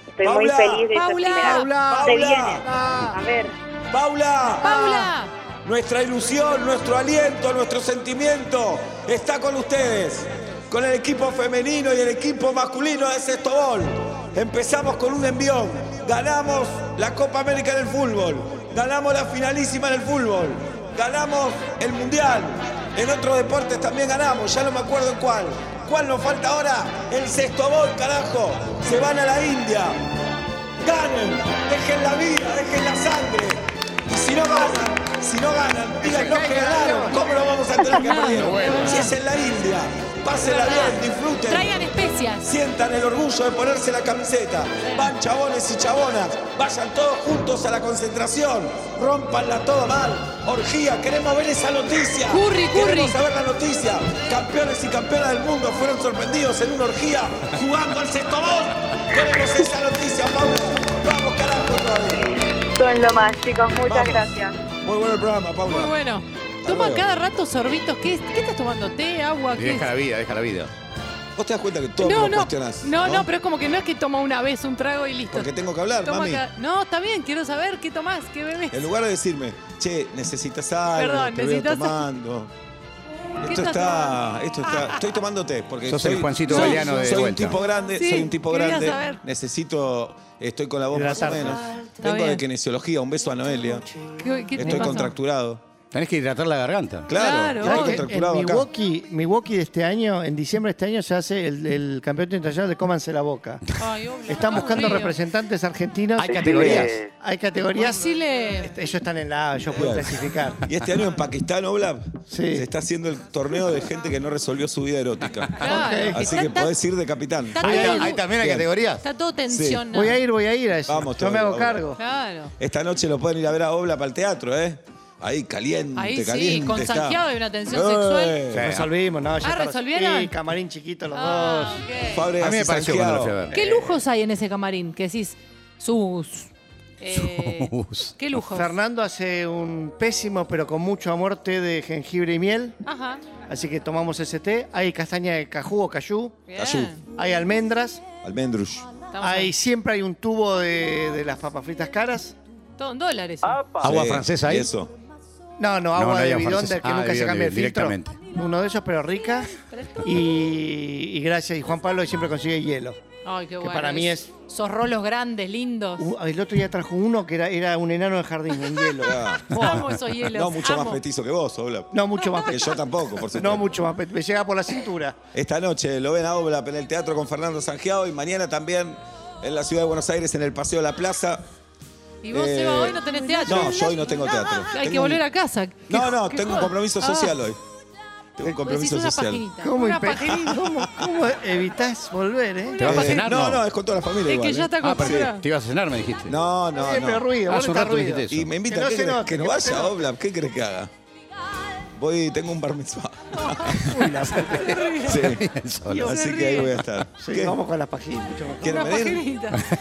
[SPEAKER 1] Estoy muy
[SPEAKER 2] Paula,
[SPEAKER 1] feliz de
[SPEAKER 3] Paula,
[SPEAKER 1] ser
[SPEAKER 4] Paula,
[SPEAKER 1] Se
[SPEAKER 2] Paula.
[SPEAKER 1] viene. A ver.
[SPEAKER 2] ¡Paula!
[SPEAKER 3] ¡Paula!
[SPEAKER 2] Nuestra ilusión, nuestro aliento, nuestro sentimiento está con ustedes, con el equipo femenino y el equipo masculino de Sexto Gol. Empezamos con un envión, ganamos la Copa América en el fútbol, ganamos la finalísima en el fútbol, ganamos el Mundial, en otros deportes también ganamos, ya no me acuerdo en cuál. ¿Cuál nos falta ahora? El Sexto Gol, carajo. Se van a la India, ganen, dejen la vida, dejen la sangre. Y si no van,
[SPEAKER 4] se
[SPEAKER 2] Nos
[SPEAKER 4] caiga el
[SPEAKER 2] quedaron.
[SPEAKER 4] avión.
[SPEAKER 2] ¿Cómo lo vamos a tener que
[SPEAKER 3] No,
[SPEAKER 2] perder?
[SPEAKER 6] bueno.
[SPEAKER 2] Si es en la India, pásenla bien, disfruten.
[SPEAKER 3] Traigan especias.
[SPEAKER 2] Sientan el orgullo de ponerse la camiseta. Van chabones y chabonas. Vayan todos juntos a la concentración. Rompanla toda mal. Orgía, queremos ver esa noticia.
[SPEAKER 3] Curry, curry.
[SPEAKER 2] Queremos saber la noticia. Campeones y campeonas del mundo fueron sorprendidos en una orgía jugando al sexto bol. Queremos esa noticia, Paula. Vamos, carajo, todavía.
[SPEAKER 1] Son lo más, chicos. Muchas
[SPEAKER 2] Vamos.
[SPEAKER 1] gracias.
[SPEAKER 2] Muy bueno el programa, Paula.
[SPEAKER 3] Muy bueno. Toma
[SPEAKER 2] luego.
[SPEAKER 3] cada rato sorbitos. ¿Qué, es- qué estás tomando? ¿Té, agua?
[SPEAKER 5] Y
[SPEAKER 3] ¿Qué es?
[SPEAKER 5] Deja la vida, deja la vida.
[SPEAKER 2] Vos te das cuenta que todo
[SPEAKER 3] no,
[SPEAKER 2] me lo
[SPEAKER 3] no,
[SPEAKER 2] cuestionás.
[SPEAKER 3] no, no, pero es como que no es que toma una vez un trago y listo.
[SPEAKER 2] Porque tengo que hablar,
[SPEAKER 3] Toma
[SPEAKER 2] mami.
[SPEAKER 3] cada- No, está bien, quiero saber qué tomás, qué bebés.
[SPEAKER 2] En lugar de decirme, che, necesitas algo,
[SPEAKER 3] Perdón,
[SPEAKER 2] te veo
[SPEAKER 3] necesitas-
[SPEAKER 2] tomando.
[SPEAKER 3] ¿Qué
[SPEAKER 2] Esto
[SPEAKER 3] estás Ah.
[SPEAKER 2] está, esto está. Estoy tomando té porque
[SPEAKER 5] Sos
[SPEAKER 2] soy,
[SPEAKER 5] el Juancito
[SPEAKER 2] soy-
[SPEAKER 5] Galeano de
[SPEAKER 2] soy un
[SPEAKER 5] vuelta.
[SPEAKER 2] tipo grande,
[SPEAKER 3] Sí,
[SPEAKER 2] soy un tipo
[SPEAKER 3] quería
[SPEAKER 2] grande.
[SPEAKER 3] saber. Ah,
[SPEAKER 2] Necesito, estoy con la voz más o
[SPEAKER 4] Hidratarte.
[SPEAKER 2] menos.
[SPEAKER 3] Está
[SPEAKER 2] Vengo de
[SPEAKER 3] bien.
[SPEAKER 2] kinesiología, un beso a Noelia.
[SPEAKER 3] ¿Qué- qué te
[SPEAKER 2] Estoy
[SPEAKER 3] pasa?
[SPEAKER 2] contracturado.
[SPEAKER 5] Tenés que hidratar la garganta.
[SPEAKER 2] Claro,
[SPEAKER 3] Claro,
[SPEAKER 2] estoy
[SPEAKER 3] obvio.
[SPEAKER 2] contracturado
[SPEAKER 4] en
[SPEAKER 2] acá.
[SPEAKER 4] Milwaukee, Milwaukee de este año, en diciembre de este año, se hace el, el campeonato internacional de Cómanse la Boca.
[SPEAKER 3] Ay, obvio,
[SPEAKER 4] Están
[SPEAKER 3] no,
[SPEAKER 4] buscando
[SPEAKER 3] río.
[SPEAKER 4] representantes argentinos.
[SPEAKER 5] Hay categorías.
[SPEAKER 4] Hay categorías.
[SPEAKER 3] Chile.
[SPEAKER 4] Este, Ellos están en la A, ellos pueden
[SPEAKER 2] Claro.
[SPEAKER 4] clasificar.
[SPEAKER 2] Y este año en Pakistán, Oblab,
[SPEAKER 4] Sí.
[SPEAKER 2] se está haciendo el torneo de gente que no resolvió su vida erótica.
[SPEAKER 3] Claro,
[SPEAKER 4] Ok.
[SPEAKER 3] que
[SPEAKER 2] Así
[SPEAKER 3] está-
[SPEAKER 2] que
[SPEAKER 3] está-
[SPEAKER 2] podés ir de capitán.
[SPEAKER 3] está
[SPEAKER 5] Ahí,
[SPEAKER 3] todo-
[SPEAKER 5] ahí también hay
[SPEAKER 2] Bien.
[SPEAKER 5] categorías.
[SPEAKER 3] Está todo tensionado.
[SPEAKER 4] Voy a ir, voy a ir a eso.
[SPEAKER 2] Vamos,
[SPEAKER 4] Yo
[SPEAKER 2] todo,
[SPEAKER 4] me hago
[SPEAKER 2] vamos.
[SPEAKER 4] cargo.
[SPEAKER 3] Claro.
[SPEAKER 2] Esta noche lo pueden ir a ver a Obla para el teatro, ¿eh? Ahí caliente,
[SPEAKER 3] Ahí sí,
[SPEAKER 2] caliente.
[SPEAKER 3] con
[SPEAKER 2] está.
[SPEAKER 3] Santiago hay una tensión sexual.
[SPEAKER 2] Eh,
[SPEAKER 4] Lo Resolvimos, no, ya
[SPEAKER 3] Ah,
[SPEAKER 4] está-
[SPEAKER 3] ¿resolvieron?
[SPEAKER 4] Sí, camarín chiquito los
[SPEAKER 3] Ah,
[SPEAKER 4] dos.
[SPEAKER 3] ok.
[SPEAKER 2] Fábregas
[SPEAKER 5] A mí me
[SPEAKER 2] y
[SPEAKER 5] pareció
[SPEAKER 2] Santiago.
[SPEAKER 5] cuando lo fui a ver.
[SPEAKER 3] ¿Qué lujos hay en ese camarín? Que decís, sus. eh,
[SPEAKER 5] Sus.
[SPEAKER 3] ¿Qué lujos?
[SPEAKER 4] Fernando hace un pésimo, pero con mucho amor, té de jengibre y miel.
[SPEAKER 3] Ajá.
[SPEAKER 4] Así que tomamos ese té. Hay castaña de cajú o cayú.
[SPEAKER 3] Bien.
[SPEAKER 2] Cayú.
[SPEAKER 4] Hay almendras.
[SPEAKER 2] Almendrush.
[SPEAKER 3] Estamos
[SPEAKER 4] Hay,
[SPEAKER 3] ahí.
[SPEAKER 4] siempre hay un tubo de, de las papas fritas caras.
[SPEAKER 3] Todo en dólares.
[SPEAKER 5] Agua
[SPEAKER 2] Sí,
[SPEAKER 5] francesa ahí.
[SPEAKER 2] y Eso.
[SPEAKER 4] No, no, agua
[SPEAKER 5] no hay
[SPEAKER 4] de
[SPEAKER 5] agua
[SPEAKER 4] bidón
[SPEAKER 5] francesa.
[SPEAKER 4] del que
[SPEAKER 5] Ah, de
[SPEAKER 4] nunca se
[SPEAKER 5] bidón,
[SPEAKER 4] cambia el
[SPEAKER 5] de-
[SPEAKER 4] filtro.
[SPEAKER 5] directamente.
[SPEAKER 4] Uno de esos, pero rica. Y, y gracias. Y Juan Pablo siempre consigue hielo.
[SPEAKER 3] Ay, qué bueno.
[SPEAKER 4] para mí es-
[SPEAKER 3] Esos rolos grandes, lindos.
[SPEAKER 2] Uh,
[SPEAKER 4] U- El otro día trajo uno que era, era un enano de jardín en hielo.
[SPEAKER 2] Ah.
[SPEAKER 3] Amo esos hielos.
[SPEAKER 2] No mucho
[SPEAKER 3] amo.
[SPEAKER 2] más petizo que vos, Obla.
[SPEAKER 4] No mucho más.
[SPEAKER 2] Que yo tampoco, por supuesto.
[SPEAKER 4] No mucho más. Me llega por la cintura.
[SPEAKER 2] Esta noche lo ven a Obla en el teatro con Fernando Santiago y mañana también en la ciudad de Buenos Aires en el Paseo de la Plaza.
[SPEAKER 3] Y vos,
[SPEAKER 2] Eh,
[SPEAKER 3] Seba, hoy no tenés teatro.
[SPEAKER 2] No, yo hoy no tengo teatro.
[SPEAKER 3] Hay
[SPEAKER 2] Tengo
[SPEAKER 3] que
[SPEAKER 2] un-
[SPEAKER 3] volver a casa.
[SPEAKER 2] No, no, tengo un compromiso social
[SPEAKER 3] Ah.
[SPEAKER 2] hoy. Tengo un
[SPEAKER 3] Vos decís
[SPEAKER 2] compromiso
[SPEAKER 3] una
[SPEAKER 2] social.
[SPEAKER 3] paginita.
[SPEAKER 4] ¿Cómo,
[SPEAKER 3] una
[SPEAKER 4] impe-
[SPEAKER 3] paginita.
[SPEAKER 4] ¿Cómo, cómo evitás volver, eh?
[SPEAKER 5] ¿Te vas a
[SPEAKER 2] Eh,
[SPEAKER 5] cenar?
[SPEAKER 2] no, no, es con toda la familia.
[SPEAKER 3] Es
[SPEAKER 2] igual,
[SPEAKER 3] que ya
[SPEAKER 2] ¿eh?
[SPEAKER 3] está
[SPEAKER 5] Ah,
[SPEAKER 3] construida.
[SPEAKER 5] pero te ibas a cenar, me dijiste.
[SPEAKER 2] No, no,
[SPEAKER 4] Siempre
[SPEAKER 2] no.
[SPEAKER 4] ruido,
[SPEAKER 5] Ah,
[SPEAKER 4] vos
[SPEAKER 5] hace un
[SPEAKER 4] está
[SPEAKER 5] rato me
[SPEAKER 4] ruido.
[SPEAKER 5] dijiste eso.
[SPEAKER 2] Y me invita
[SPEAKER 4] Que no
[SPEAKER 2] ¿qué
[SPEAKER 4] se
[SPEAKER 2] querés?
[SPEAKER 4] note,
[SPEAKER 2] que no
[SPEAKER 4] que no se
[SPEAKER 2] vaya,
[SPEAKER 4] note.
[SPEAKER 2] Obla. ¿Qué crees que haga? Voy, tengo un bar mitzvah.
[SPEAKER 4] Uy, la puta.
[SPEAKER 2] Sí.
[SPEAKER 5] Solo.
[SPEAKER 2] Así que ahí voy a estar.
[SPEAKER 4] Sí,
[SPEAKER 2] ¿Qué?
[SPEAKER 4] vamos con las páginas. mucho mejor.
[SPEAKER 2] ¿Quieren
[SPEAKER 3] Una
[SPEAKER 2] venir?
[SPEAKER 3] paginita.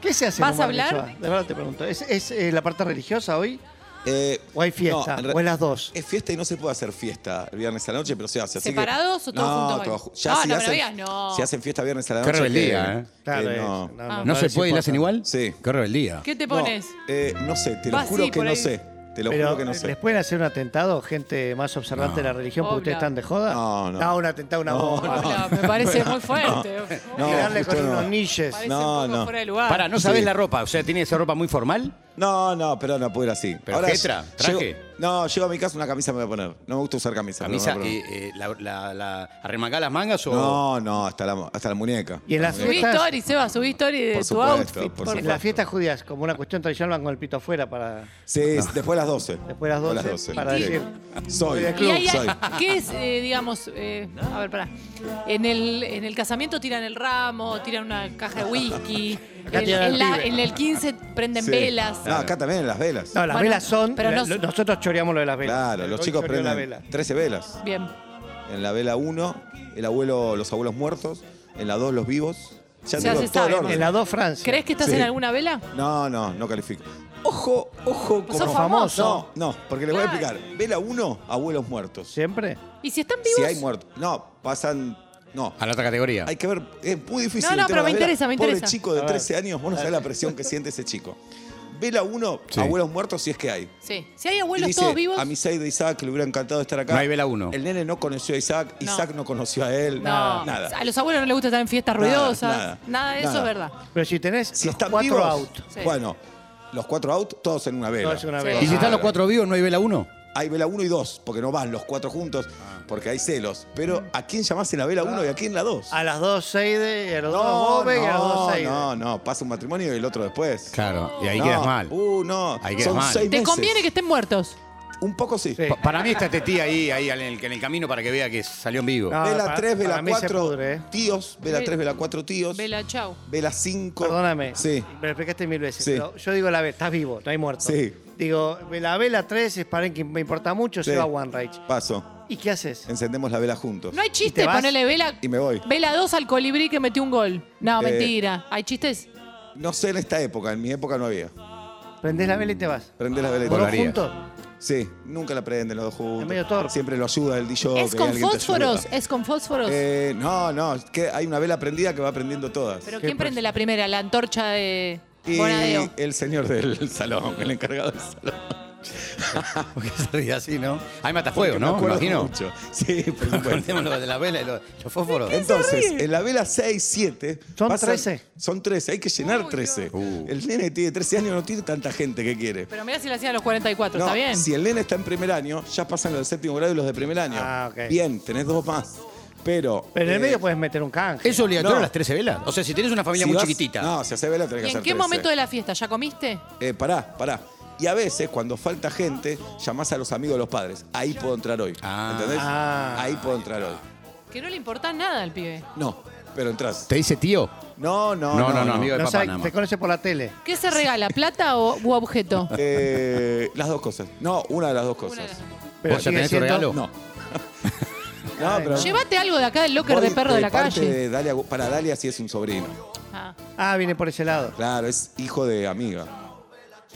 [SPEAKER 4] ¿Qué se hace? en
[SPEAKER 3] ¿Vas
[SPEAKER 4] un
[SPEAKER 3] a
[SPEAKER 4] bar de
[SPEAKER 3] hablar?
[SPEAKER 4] Shoah? De verdad te pregunto. ¿Es, es, eh, la parte religiosa hoy?
[SPEAKER 2] Eh,
[SPEAKER 4] ¿O hay fiesta?
[SPEAKER 2] no, en re-
[SPEAKER 4] ¿O es las dos?
[SPEAKER 2] Es fiesta y no se puede hacer fiesta el viernes a la noche, pero se hace. así que-
[SPEAKER 3] ¿Separados o todos
[SPEAKER 2] no,
[SPEAKER 3] juntos bailan?
[SPEAKER 2] todos ju- ya
[SPEAKER 3] No,
[SPEAKER 2] si
[SPEAKER 3] no me lo
[SPEAKER 2] hacen,
[SPEAKER 3] digas, no.
[SPEAKER 2] Si hacen fiesta viernes a la
[SPEAKER 5] Qué
[SPEAKER 2] noche.
[SPEAKER 5] rebeldía,
[SPEAKER 2] que-
[SPEAKER 5] ¿eh?
[SPEAKER 4] Claro,
[SPEAKER 2] que
[SPEAKER 4] es-
[SPEAKER 2] no.
[SPEAKER 4] no,
[SPEAKER 3] Ah.
[SPEAKER 5] ¿No
[SPEAKER 4] no
[SPEAKER 5] se
[SPEAKER 4] es
[SPEAKER 5] puede y la hacen igual?
[SPEAKER 2] Sí.
[SPEAKER 5] Qué rebeldía.
[SPEAKER 3] ¿Qué te
[SPEAKER 2] No,
[SPEAKER 3] pones?
[SPEAKER 2] eh, no sé, te lo
[SPEAKER 3] Vas
[SPEAKER 2] juro
[SPEAKER 3] así,
[SPEAKER 2] que
[SPEAKER 3] por
[SPEAKER 2] no
[SPEAKER 3] ahí.
[SPEAKER 2] sé. Te lo
[SPEAKER 4] Pero eh,
[SPEAKER 2] juro que no sé.
[SPEAKER 4] ¿les pueden hacer un atentado, gente más observante de la religión, porque ustedes
[SPEAKER 3] Obla.
[SPEAKER 4] están de joda? Ah,
[SPEAKER 2] No, no.
[SPEAKER 4] un atentado, una bomba.
[SPEAKER 3] Hola, me parece muy fuerte.
[SPEAKER 2] No,
[SPEAKER 4] Tirarle con
[SPEAKER 2] justo no.
[SPEAKER 4] unos niches.
[SPEAKER 3] Parece
[SPEAKER 2] No,
[SPEAKER 3] un poco
[SPEAKER 2] no.
[SPEAKER 3] fuera de lugar.
[SPEAKER 5] Para, no sabés
[SPEAKER 2] Sí.
[SPEAKER 5] la ropa. O sea, tiene esa ropa muy formal.
[SPEAKER 2] No, no, pero no puedo ir así.
[SPEAKER 5] ¿Pero qué tra- traje?
[SPEAKER 2] llego- no, llego a mi casa una camisa me voy a poner. No me gusta usar camisa. pero
[SPEAKER 5] Camisa,
[SPEAKER 2] me voy a
[SPEAKER 5] eh,
[SPEAKER 2] poner.
[SPEAKER 5] eh, la, la, la- ¿arremangá las mangas o.?
[SPEAKER 2] No, no, hasta la, hasta la muñeca.
[SPEAKER 4] Y en las
[SPEAKER 3] Subí
[SPEAKER 4] fiestas,
[SPEAKER 3] story, Seba, subí story de
[SPEAKER 2] Por
[SPEAKER 3] tu
[SPEAKER 2] supuesto,
[SPEAKER 3] outfit.
[SPEAKER 2] por
[SPEAKER 3] por
[SPEAKER 4] en
[SPEAKER 2] supuesto.
[SPEAKER 4] las fiestas judías, como una cuestión tradicional, van con el pito afuera para.
[SPEAKER 2] Sí, después de las 12.
[SPEAKER 4] Después de las 12, para
[SPEAKER 2] Sí.
[SPEAKER 4] decir,
[SPEAKER 2] Soy,
[SPEAKER 4] voy al
[SPEAKER 3] Y
[SPEAKER 4] club,
[SPEAKER 3] ahí hay-
[SPEAKER 2] soy.
[SPEAKER 3] ¿Qué es, eh, digamos, eh, a ver, pará. En el, en el casamiento tiran el ramo, tiran una caja de whisky.
[SPEAKER 4] Acá
[SPEAKER 3] En,
[SPEAKER 4] tiran
[SPEAKER 3] en
[SPEAKER 4] al
[SPEAKER 3] la-
[SPEAKER 4] pibe.
[SPEAKER 3] en el 15 prenden
[SPEAKER 2] Sí.
[SPEAKER 3] velas.
[SPEAKER 2] No, acá también en las velas.
[SPEAKER 4] No, las
[SPEAKER 3] Bueno,
[SPEAKER 4] velas son.
[SPEAKER 3] pero no-
[SPEAKER 4] la- nosotros choreamos lo de las velas.
[SPEAKER 2] Claro,
[SPEAKER 4] El
[SPEAKER 2] los
[SPEAKER 4] gol
[SPEAKER 2] chicos
[SPEAKER 4] choreó la vela.
[SPEAKER 2] prenden 13 velas.
[SPEAKER 3] Bien.
[SPEAKER 2] En la vela 1, el abuelo, los abuelos muertos. En la 2, los vivos. Ya
[SPEAKER 3] O sea,
[SPEAKER 2] tengo
[SPEAKER 3] se
[SPEAKER 2] todo el
[SPEAKER 3] sabe,
[SPEAKER 2] orden.
[SPEAKER 4] En la 2 Francia.
[SPEAKER 3] ¿Crees que estás
[SPEAKER 2] Sí.
[SPEAKER 3] en alguna vela?
[SPEAKER 2] No, no, no califico. Ojo, ojo,
[SPEAKER 3] Pues
[SPEAKER 2] como
[SPEAKER 3] sos famoso.
[SPEAKER 2] No, no, porque les voy a
[SPEAKER 3] Claro.
[SPEAKER 2] explicar. Vela 1, abuelos muertos.
[SPEAKER 4] ¿Siempre?
[SPEAKER 3] ¿Y si están vivos?
[SPEAKER 2] Si hay muertos. No, pasan. No.
[SPEAKER 5] A la otra categoría.
[SPEAKER 2] Hay que ver, es muy difícil.
[SPEAKER 3] No, no, pero me
[SPEAKER 2] el tema de la vela.
[SPEAKER 3] interesa, me
[SPEAKER 2] Pobre
[SPEAKER 3] interesa.
[SPEAKER 2] chico de 13 años, vos no sabés la presión que siente ese chico. Vela 1,
[SPEAKER 5] Sí.
[SPEAKER 2] abuelos muertos, si es que hay.
[SPEAKER 3] Sí. Si hay
[SPEAKER 2] Y
[SPEAKER 3] abuelos
[SPEAKER 2] dice,
[SPEAKER 3] todos vivos.
[SPEAKER 2] A mi de Isaac le hubiera encantado estar acá.
[SPEAKER 5] No hay vela uno.
[SPEAKER 2] El nene no conoció a Isaac,
[SPEAKER 3] No.
[SPEAKER 2] Isaac no conoció a él.
[SPEAKER 3] No,
[SPEAKER 2] Nada.
[SPEAKER 3] a los abuelos no les gusta estar en fiestas
[SPEAKER 2] Nada,
[SPEAKER 3] ruidosas.
[SPEAKER 2] nada,
[SPEAKER 3] Nada, de eso
[SPEAKER 2] nada.
[SPEAKER 3] es verdad.
[SPEAKER 4] Pero si tenés
[SPEAKER 2] Si
[SPEAKER 4] los
[SPEAKER 2] están
[SPEAKER 4] cuatro
[SPEAKER 2] vivos,
[SPEAKER 4] out.
[SPEAKER 3] Sí.
[SPEAKER 2] bueno, los cuatro out, todos en una vela.
[SPEAKER 4] No es una
[SPEAKER 3] Sí. Ah.
[SPEAKER 4] vela.
[SPEAKER 5] ¿Y si están los
[SPEAKER 2] Claro.
[SPEAKER 5] cuatro vivos, no hay vela uno?
[SPEAKER 2] Hay vela 1 y 2, porque no van los cuatro juntos,
[SPEAKER 5] Ah.
[SPEAKER 2] porque hay celos. Pero ¿a quién llamás en la vela 1 y a quién en la 2?
[SPEAKER 4] A las 2 Seide, a las 2
[SPEAKER 2] No,
[SPEAKER 4] Bobe y a las 2
[SPEAKER 2] no,
[SPEAKER 4] Seide.
[SPEAKER 2] no, no, pasa un matrimonio y el otro después.
[SPEAKER 5] Claro, y ahí
[SPEAKER 2] No,
[SPEAKER 5] quedas mal.
[SPEAKER 2] Uh, no,
[SPEAKER 5] Ahí quedas
[SPEAKER 2] son
[SPEAKER 5] mal.
[SPEAKER 2] seis
[SPEAKER 3] Te
[SPEAKER 2] meses.
[SPEAKER 3] conviene que estén muertos.
[SPEAKER 2] Un poco sí.
[SPEAKER 4] Sí.
[SPEAKER 5] Pa- Para mí está este tío ahí, ahí en el, en el camino para que vea que salió en vivo.
[SPEAKER 4] No.
[SPEAKER 2] Vela
[SPEAKER 4] para-
[SPEAKER 2] 3,
[SPEAKER 4] para
[SPEAKER 2] vela
[SPEAKER 4] mí se
[SPEAKER 2] 4
[SPEAKER 4] pudre, ¿eh?
[SPEAKER 2] tíos, vela
[SPEAKER 3] Ve-
[SPEAKER 2] 3, vela 4 tíos,
[SPEAKER 3] Vela, chau.
[SPEAKER 2] vela 5.
[SPEAKER 4] Perdóname,
[SPEAKER 2] Sí.
[SPEAKER 4] me lo explicaste mil veces.
[SPEAKER 2] Sí.
[SPEAKER 4] pero yo digo la vela, estás vivo, no hay muerto.
[SPEAKER 2] Sí.
[SPEAKER 4] Digo, la vela 3 es para que me importa mucho,
[SPEAKER 2] Sí.
[SPEAKER 4] se va a One Rage.
[SPEAKER 2] Paso.
[SPEAKER 4] ¿Y qué haces?
[SPEAKER 2] Encendemos la vela juntos.
[SPEAKER 3] No hay
[SPEAKER 4] ¿Y
[SPEAKER 3] chiste,
[SPEAKER 4] te vas?
[SPEAKER 3] ponele vela.
[SPEAKER 2] Y me voy.
[SPEAKER 3] Vela 2 al colibrí que metió un gol. No,
[SPEAKER 2] Eh.
[SPEAKER 3] mentira. ¿Hay chistes?
[SPEAKER 2] No sé en esta época, en mi época no había.
[SPEAKER 4] Prendés la vela y te vas.
[SPEAKER 2] Prendés la vela y te
[SPEAKER 4] ¿Los dos
[SPEAKER 2] vas.
[SPEAKER 5] Volaría.
[SPEAKER 4] juntos?
[SPEAKER 2] Sí, nunca la prenden los dos juntos.
[SPEAKER 4] Es medio torpe.
[SPEAKER 2] Siempre lo ayuda el DJ.
[SPEAKER 3] es con fósforos, es con fósforos.
[SPEAKER 2] Eh, no, no, es que hay una vela prendida que va prendiendo todas.
[SPEAKER 3] Pero
[SPEAKER 4] ¿qué
[SPEAKER 3] ¿quién
[SPEAKER 4] pasa?
[SPEAKER 3] prende la primera? La antorcha de
[SPEAKER 2] y
[SPEAKER 3] Bonadeo.
[SPEAKER 2] el señor del salón, el encargado del salón.
[SPEAKER 5] Porque se ríe así, ¿no? Hay
[SPEAKER 2] Porque
[SPEAKER 5] matafuego,
[SPEAKER 2] me
[SPEAKER 5] ¿no? Me
[SPEAKER 2] acuerdo
[SPEAKER 5] imagino.
[SPEAKER 2] mucho. Sí, por supuesto.
[SPEAKER 5] Recordemos lo de la vela y lo- los fósforos.
[SPEAKER 2] Entonces, en la vela 6, 7.
[SPEAKER 4] Son 13.
[SPEAKER 2] Son 13, hay que llenar 13.
[SPEAKER 5] Uh.
[SPEAKER 2] El nene tiene 13 años, no tiene tanta gente que quiere.
[SPEAKER 3] Pero mirá si la hacían a los 44,
[SPEAKER 2] No,
[SPEAKER 3] ¿está bien?
[SPEAKER 2] Si el nene está en primer año, ya pasan los de séptimo grado y los de primer año.
[SPEAKER 4] Ah, ok.
[SPEAKER 2] Bien, tenés dos más. Pero.
[SPEAKER 4] Pero en el
[SPEAKER 2] eh,
[SPEAKER 4] medio puedes meter un canje.
[SPEAKER 5] ¿Es obligatorio
[SPEAKER 2] No.
[SPEAKER 5] las 13 velas? O sea, si tienes una familia
[SPEAKER 2] si
[SPEAKER 5] muy
[SPEAKER 2] vas-
[SPEAKER 5] chiquitita.
[SPEAKER 2] No, si hace vela tenés que
[SPEAKER 3] ¿Y
[SPEAKER 2] hacer
[SPEAKER 3] en qué
[SPEAKER 2] 13.
[SPEAKER 3] momento de la fiesta? ¿Ya comiste?
[SPEAKER 2] Eh, pará, pará. Y a veces, cuando falta gente, llamás a los amigos de los padres. Ahí puedo entrar hoy.
[SPEAKER 5] Ah.
[SPEAKER 2] ¿Entendés?
[SPEAKER 4] Ah.
[SPEAKER 2] Ahí puedo entrar hoy.
[SPEAKER 3] Que no le importa nada al pibe.
[SPEAKER 2] No, pero entras.
[SPEAKER 5] ¿Te dice tío?
[SPEAKER 2] No, no,
[SPEAKER 5] No,
[SPEAKER 2] no.
[SPEAKER 5] no, no, amigo. de
[SPEAKER 4] No
[SPEAKER 5] papá
[SPEAKER 4] sabe,
[SPEAKER 5] nada más.
[SPEAKER 4] te conoce por la tele.
[SPEAKER 3] ¿Qué se regala, plata o u objeto?
[SPEAKER 2] Eh, las dos cosas. No, una de las dos
[SPEAKER 3] Una de
[SPEAKER 2] cosas.
[SPEAKER 3] las dos.
[SPEAKER 4] Pero
[SPEAKER 5] ¿Vos ya
[SPEAKER 4] sigue
[SPEAKER 5] tenés tu
[SPEAKER 4] siendo-
[SPEAKER 5] regalo?
[SPEAKER 2] No. no, pero.
[SPEAKER 3] Llévate algo de acá del locker
[SPEAKER 2] voy
[SPEAKER 3] de perro de la
[SPEAKER 2] parte
[SPEAKER 3] calle.
[SPEAKER 2] de Dalia- para Dalia sí es un sobrino.
[SPEAKER 3] Ah.
[SPEAKER 4] Ah, viene por ese lado.
[SPEAKER 2] Claro, es hijo de amiga.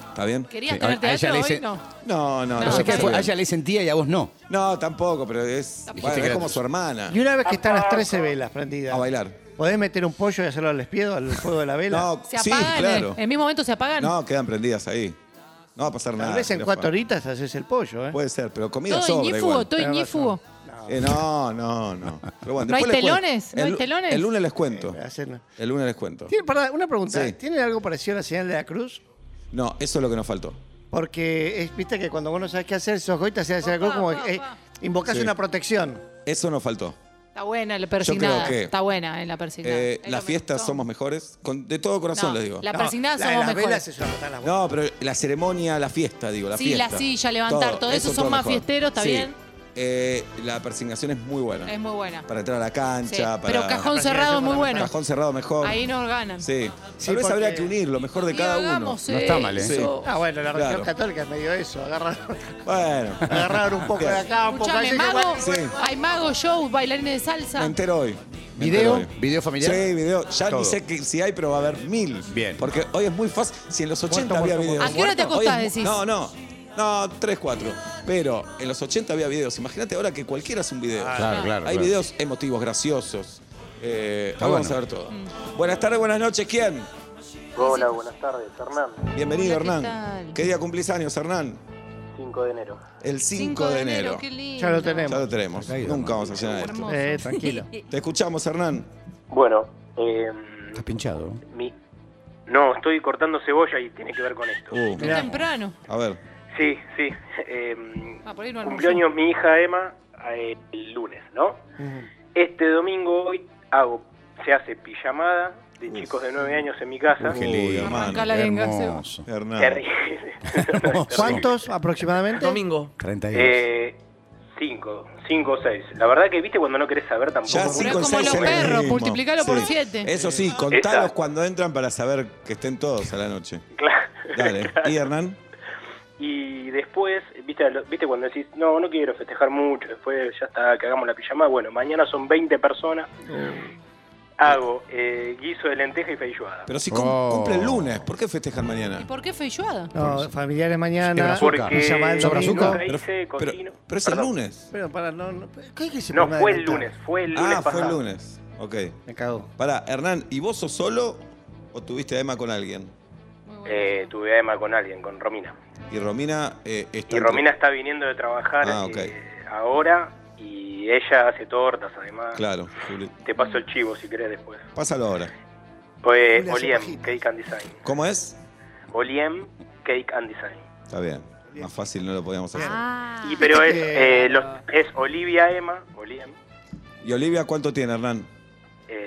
[SPEAKER 2] ¿Está bien?
[SPEAKER 3] ¿Querías
[SPEAKER 5] Sí,
[SPEAKER 3] tener
[SPEAKER 5] a- a ella
[SPEAKER 3] teatro
[SPEAKER 5] le
[SPEAKER 3] hoy?
[SPEAKER 5] dice-
[SPEAKER 3] No.
[SPEAKER 2] No, no,
[SPEAKER 3] No,
[SPEAKER 2] no.
[SPEAKER 5] O sea,
[SPEAKER 3] ok.
[SPEAKER 5] que
[SPEAKER 2] está
[SPEAKER 5] fue-
[SPEAKER 2] bien.
[SPEAKER 5] a ella le dicen tía y a vos no.
[SPEAKER 2] No, tampoco, pero es,
[SPEAKER 3] Tampoco.
[SPEAKER 2] bueno, es
[SPEAKER 5] Dijiste
[SPEAKER 2] como
[SPEAKER 5] gratis.
[SPEAKER 2] su hermana.
[SPEAKER 4] Y una vez que están las 13 velas prendidas.
[SPEAKER 2] A bailar.
[SPEAKER 4] ¿Podés meter un pollo y hacerlo al despiedo, al fuego de la vela?
[SPEAKER 2] No,
[SPEAKER 3] ¿Se
[SPEAKER 2] sí,
[SPEAKER 3] apagan? eh,
[SPEAKER 2] claro.
[SPEAKER 3] ¿En el mismo momento se apagan?
[SPEAKER 2] No, quedan prendidas ahí. No va a pasar nada.
[SPEAKER 4] Tal vez en
[SPEAKER 2] pero
[SPEAKER 4] cuatro
[SPEAKER 2] fa-
[SPEAKER 4] horitas haces el pollo, ¿eh?
[SPEAKER 2] Puede ser, pero comida
[SPEAKER 3] Todo
[SPEAKER 2] sobra
[SPEAKER 3] iñífugo,
[SPEAKER 2] igual.
[SPEAKER 3] todo
[SPEAKER 4] Tenés
[SPEAKER 3] iñífugo.
[SPEAKER 2] Eh, no, no, no. Pero bueno,
[SPEAKER 3] ¿No hay
[SPEAKER 2] después les cuento.
[SPEAKER 3] telones? ¿No hay
[SPEAKER 2] El-
[SPEAKER 3] telones?
[SPEAKER 2] El lunes les cuento.
[SPEAKER 4] Eh, Hacer-
[SPEAKER 2] El lunes les cuento.
[SPEAKER 4] Tiene- pará, una pregunta.
[SPEAKER 2] Sí.
[SPEAKER 4] ¿Tiene algo parecido a la señal de la cruz?
[SPEAKER 2] No, eso es lo que nos faltó.
[SPEAKER 4] Porque es, viste que cuando vos no sabés qué hacer, sos goita, se hace algo
[SPEAKER 3] Opa,
[SPEAKER 4] como
[SPEAKER 3] opa,
[SPEAKER 4] eh,
[SPEAKER 3] opa.
[SPEAKER 4] invocás
[SPEAKER 2] Sí.
[SPEAKER 4] una protección.
[SPEAKER 2] Eso nos faltó.
[SPEAKER 3] Está buena la persignada.
[SPEAKER 2] creo que-
[SPEAKER 3] Está buena en la persignada.
[SPEAKER 2] Eh,
[SPEAKER 3] Es lo
[SPEAKER 2] las fiestas
[SPEAKER 3] mejor.
[SPEAKER 2] somos mejores. Con- de todo corazón
[SPEAKER 3] No,
[SPEAKER 2] les digo.
[SPEAKER 3] La persignada
[SPEAKER 4] la, de
[SPEAKER 3] somos
[SPEAKER 4] las
[SPEAKER 3] mejores.
[SPEAKER 4] velas es una patada en las bolas.
[SPEAKER 2] No, pero la ceremonia, la fiesta, digo, la
[SPEAKER 3] Sí,
[SPEAKER 2] fiesta.
[SPEAKER 3] la silla, levantar, todo eso son
[SPEAKER 2] todo
[SPEAKER 3] más fiesteros, ¿está
[SPEAKER 2] Sí.
[SPEAKER 3] bien?
[SPEAKER 2] Eh, la persignación es muy buena.
[SPEAKER 3] Es muy buena.
[SPEAKER 2] Para entrar a la cancha,
[SPEAKER 3] Sí,
[SPEAKER 2] para...
[SPEAKER 3] Pero cajón
[SPEAKER 4] La
[SPEAKER 3] cerrado es muy bueno.
[SPEAKER 2] Cajón cerrado mejor.
[SPEAKER 3] Ahí nos ganan.
[SPEAKER 2] Sí.
[SPEAKER 4] Sí,
[SPEAKER 2] Tal vez
[SPEAKER 4] porque-
[SPEAKER 2] habría que unir lo mejor de
[SPEAKER 3] Y
[SPEAKER 2] cada uno.
[SPEAKER 3] hagamos
[SPEAKER 5] No está mal, ¿eh?
[SPEAKER 3] eso.
[SPEAKER 4] Ah, bueno, la religión
[SPEAKER 2] Claro.
[SPEAKER 4] católica es medio eso. Agarraron,
[SPEAKER 2] Bueno.
[SPEAKER 4] agarraron un poco de acá, un poco de
[SPEAKER 3] Escuchame,
[SPEAKER 4] allá.
[SPEAKER 3] mago,
[SPEAKER 2] Sí.
[SPEAKER 3] hay mago shows, bailarines de
[SPEAKER 2] Me
[SPEAKER 3] salsa.
[SPEAKER 2] entero hoy. Me
[SPEAKER 5] ¿Video?
[SPEAKER 2] entero hoy.
[SPEAKER 5] ¿Video familiar?
[SPEAKER 2] Sí, video. Ya
[SPEAKER 5] Todo.
[SPEAKER 2] ni sé que, si hay, pero va a haber mil.
[SPEAKER 5] Bien.
[SPEAKER 2] Porque hoy es muy fácil. Si en los 80
[SPEAKER 4] Muerto,
[SPEAKER 2] había
[SPEAKER 4] muerto,
[SPEAKER 2] videos.
[SPEAKER 3] muerto. ¿A qué hora te
[SPEAKER 2] Hoy es
[SPEAKER 3] acostás,
[SPEAKER 2] mu-
[SPEAKER 3] decís?
[SPEAKER 2] No, no. No, tres, cuatro. Pero en los 80 había videos. Imagínate ahora que cualquiera hace un video.
[SPEAKER 5] Ah, Claro, claro.
[SPEAKER 2] hay
[SPEAKER 5] claro.
[SPEAKER 2] videos emotivos, graciosos. Eh,
[SPEAKER 5] Está
[SPEAKER 2] hoy vamos a
[SPEAKER 5] bueno.
[SPEAKER 2] ver todo. Buenas tardes, buenas noches. ¿Quién?
[SPEAKER 6] Hola, buenas tardes. Hernán,
[SPEAKER 2] Bienvenido,
[SPEAKER 3] Hola, ¿qué
[SPEAKER 2] Hernán.
[SPEAKER 3] tal?
[SPEAKER 2] ¿Qué día cumplís años, Hernán?
[SPEAKER 6] 5 de enero.
[SPEAKER 2] El 5 de enero.
[SPEAKER 3] qué lindo.
[SPEAKER 4] Ya lo tenemos.
[SPEAKER 2] Ya lo tenemos.
[SPEAKER 5] Está caído,
[SPEAKER 2] Nunca vamos a llenar esto.
[SPEAKER 3] Hermoso.
[SPEAKER 4] Eh, tranquilo.
[SPEAKER 2] Te escuchamos, Hernán.
[SPEAKER 6] Bueno, em,
[SPEAKER 5] Estás pinchado.
[SPEAKER 6] mi... no, estoy cortando cebolla y tiene que ver con esto.
[SPEAKER 2] Uh,
[SPEAKER 3] Qué temprano.
[SPEAKER 2] a ver.
[SPEAKER 6] Sí, sí. em,
[SPEAKER 3] Ah, por ahí no almorzó.
[SPEAKER 6] cumpleaños mi hija Emma eh, el lunes, ¿no? Este domingo hoy hago, se hace pijamada de chicos de 9 años en mi casa.
[SPEAKER 2] Uy, hermano.
[SPEAKER 3] Arranca la
[SPEAKER 5] Qué
[SPEAKER 3] venganza.
[SPEAKER 5] hermoso.
[SPEAKER 2] Hernán.
[SPEAKER 6] Terrible.
[SPEAKER 5] Hermoso.
[SPEAKER 4] ¿Cuántos aproximadamente?
[SPEAKER 7] Domingo.
[SPEAKER 5] 32.
[SPEAKER 6] Eh, cinco, cinco o seis. La verdad que viste cuando no querés saber tampoco.
[SPEAKER 2] Ya
[SPEAKER 6] mucho.
[SPEAKER 3] Pero
[SPEAKER 2] cinco
[SPEAKER 3] es como
[SPEAKER 2] seis
[SPEAKER 3] los
[SPEAKER 2] es lo
[SPEAKER 3] perros,
[SPEAKER 2] mismo.
[SPEAKER 3] multiplicalo por siete.
[SPEAKER 2] Eso sí, contalos
[SPEAKER 6] Exacto.
[SPEAKER 2] cuando entran para saber que estén todos a la noche.
[SPEAKER 6] Claro.
[SPEAKER 2] Dale. ¿Y Hernán?
[SPEAKER 6] Y después, viste, lo- viste cuando decís, no, no quiero festejar mucho, después ya está, que hagamos la pijamada. Bueno, mañana son 20 personas. Hago eh, guiso de lenteja y feijoada.
[SPEAKER 2] Pero si cum-
[SPEAKER 5] Oh.
[SPEAKER 2] cumple el lunes, ¿por qué festejan
[SPEAKER 3] ¿Y
[SPEAKER 2] mañana?
[SPEAKER 3] por qué feijoada?
[SPEAKER 4] No, familiares mañana.
[SPEAKER 5] Sí, azúcar.
[SPEAKER 6] Porque
[SPEAKER 4] Pijamada el
[SPEAKER 5] ¿Sobre
[SPEAKER 4] domingo.
[SPEAKER 5] azúcar?
[SPEAKER 6] nunca
[SPEAKER 2] Pero,
[SPEAKER 6] hice,
[SPEAKER 2] pero-
[SPEAKER 6] cocino.
[SPEAKER 2] pero es el
[SPEAKER 6] Perdón.
[SPEAKER 2] lunes.
[SPEAKER 4] Pero para, no, no. ¿Qué es que se
[SPEAKER 6] No,
[SPEAKER 4] pone
[SPEAKER 6] fue el
[SPEAKER 4] adelantar?
[SPEAKER 6] lunes, fue el lunes
[SPEAKER 2] Ah, fue el
[SPEAKER 6] pasado.
[SPEAKER 2] lunes. Ok.
[SPEAKER 4] Me cago.
[SPEAKER 2] Pará, Hernán, ¿y vos sos solo o tuviste a Emma con alguien?
[SPEAKER 3] Muy bueno.
[SPEAKER 6] Eh, tuve Emma con alguien, con Romina.
[SPEAKER 2] Y Romina eh, está.
[SPEAKER 6] Y Romina está viniendo de trabajar
[SPEAKER 2] Ah, ok.
[SPEAKER 6] eh, ahora y ella hace tortas además.
[SPEAKER 2] Claro. Juli.
[SPEAKER 6] Te paso el chivo si querés después.
[SPEAKER 2] Pásalo ahora.
[SPEAKER 6] Pues
[SPEAKER 4] Julia, hace
[SPEAKER 6] Oliem,
[SPEAKER 4] pajitas.
[SPEAKER 6] Cake and Design.
[SPEAKER 2] ¿Cómo es?
[SPEAKER 6] Oliem, Cake and Design.
[SPEAKER 2] Está bien. Más fácil no lo podíamos hacer.
[SPEAKER 3] Ah.
[SPEAKER 6] Y pero es,
[SPEAKER 4] que-
[SPEAKER 6] eh, los- es Olivia Emma, Oliem, eh,
[SPEAKER 2] ¿Y Olivia cuánto tiene, Hernán?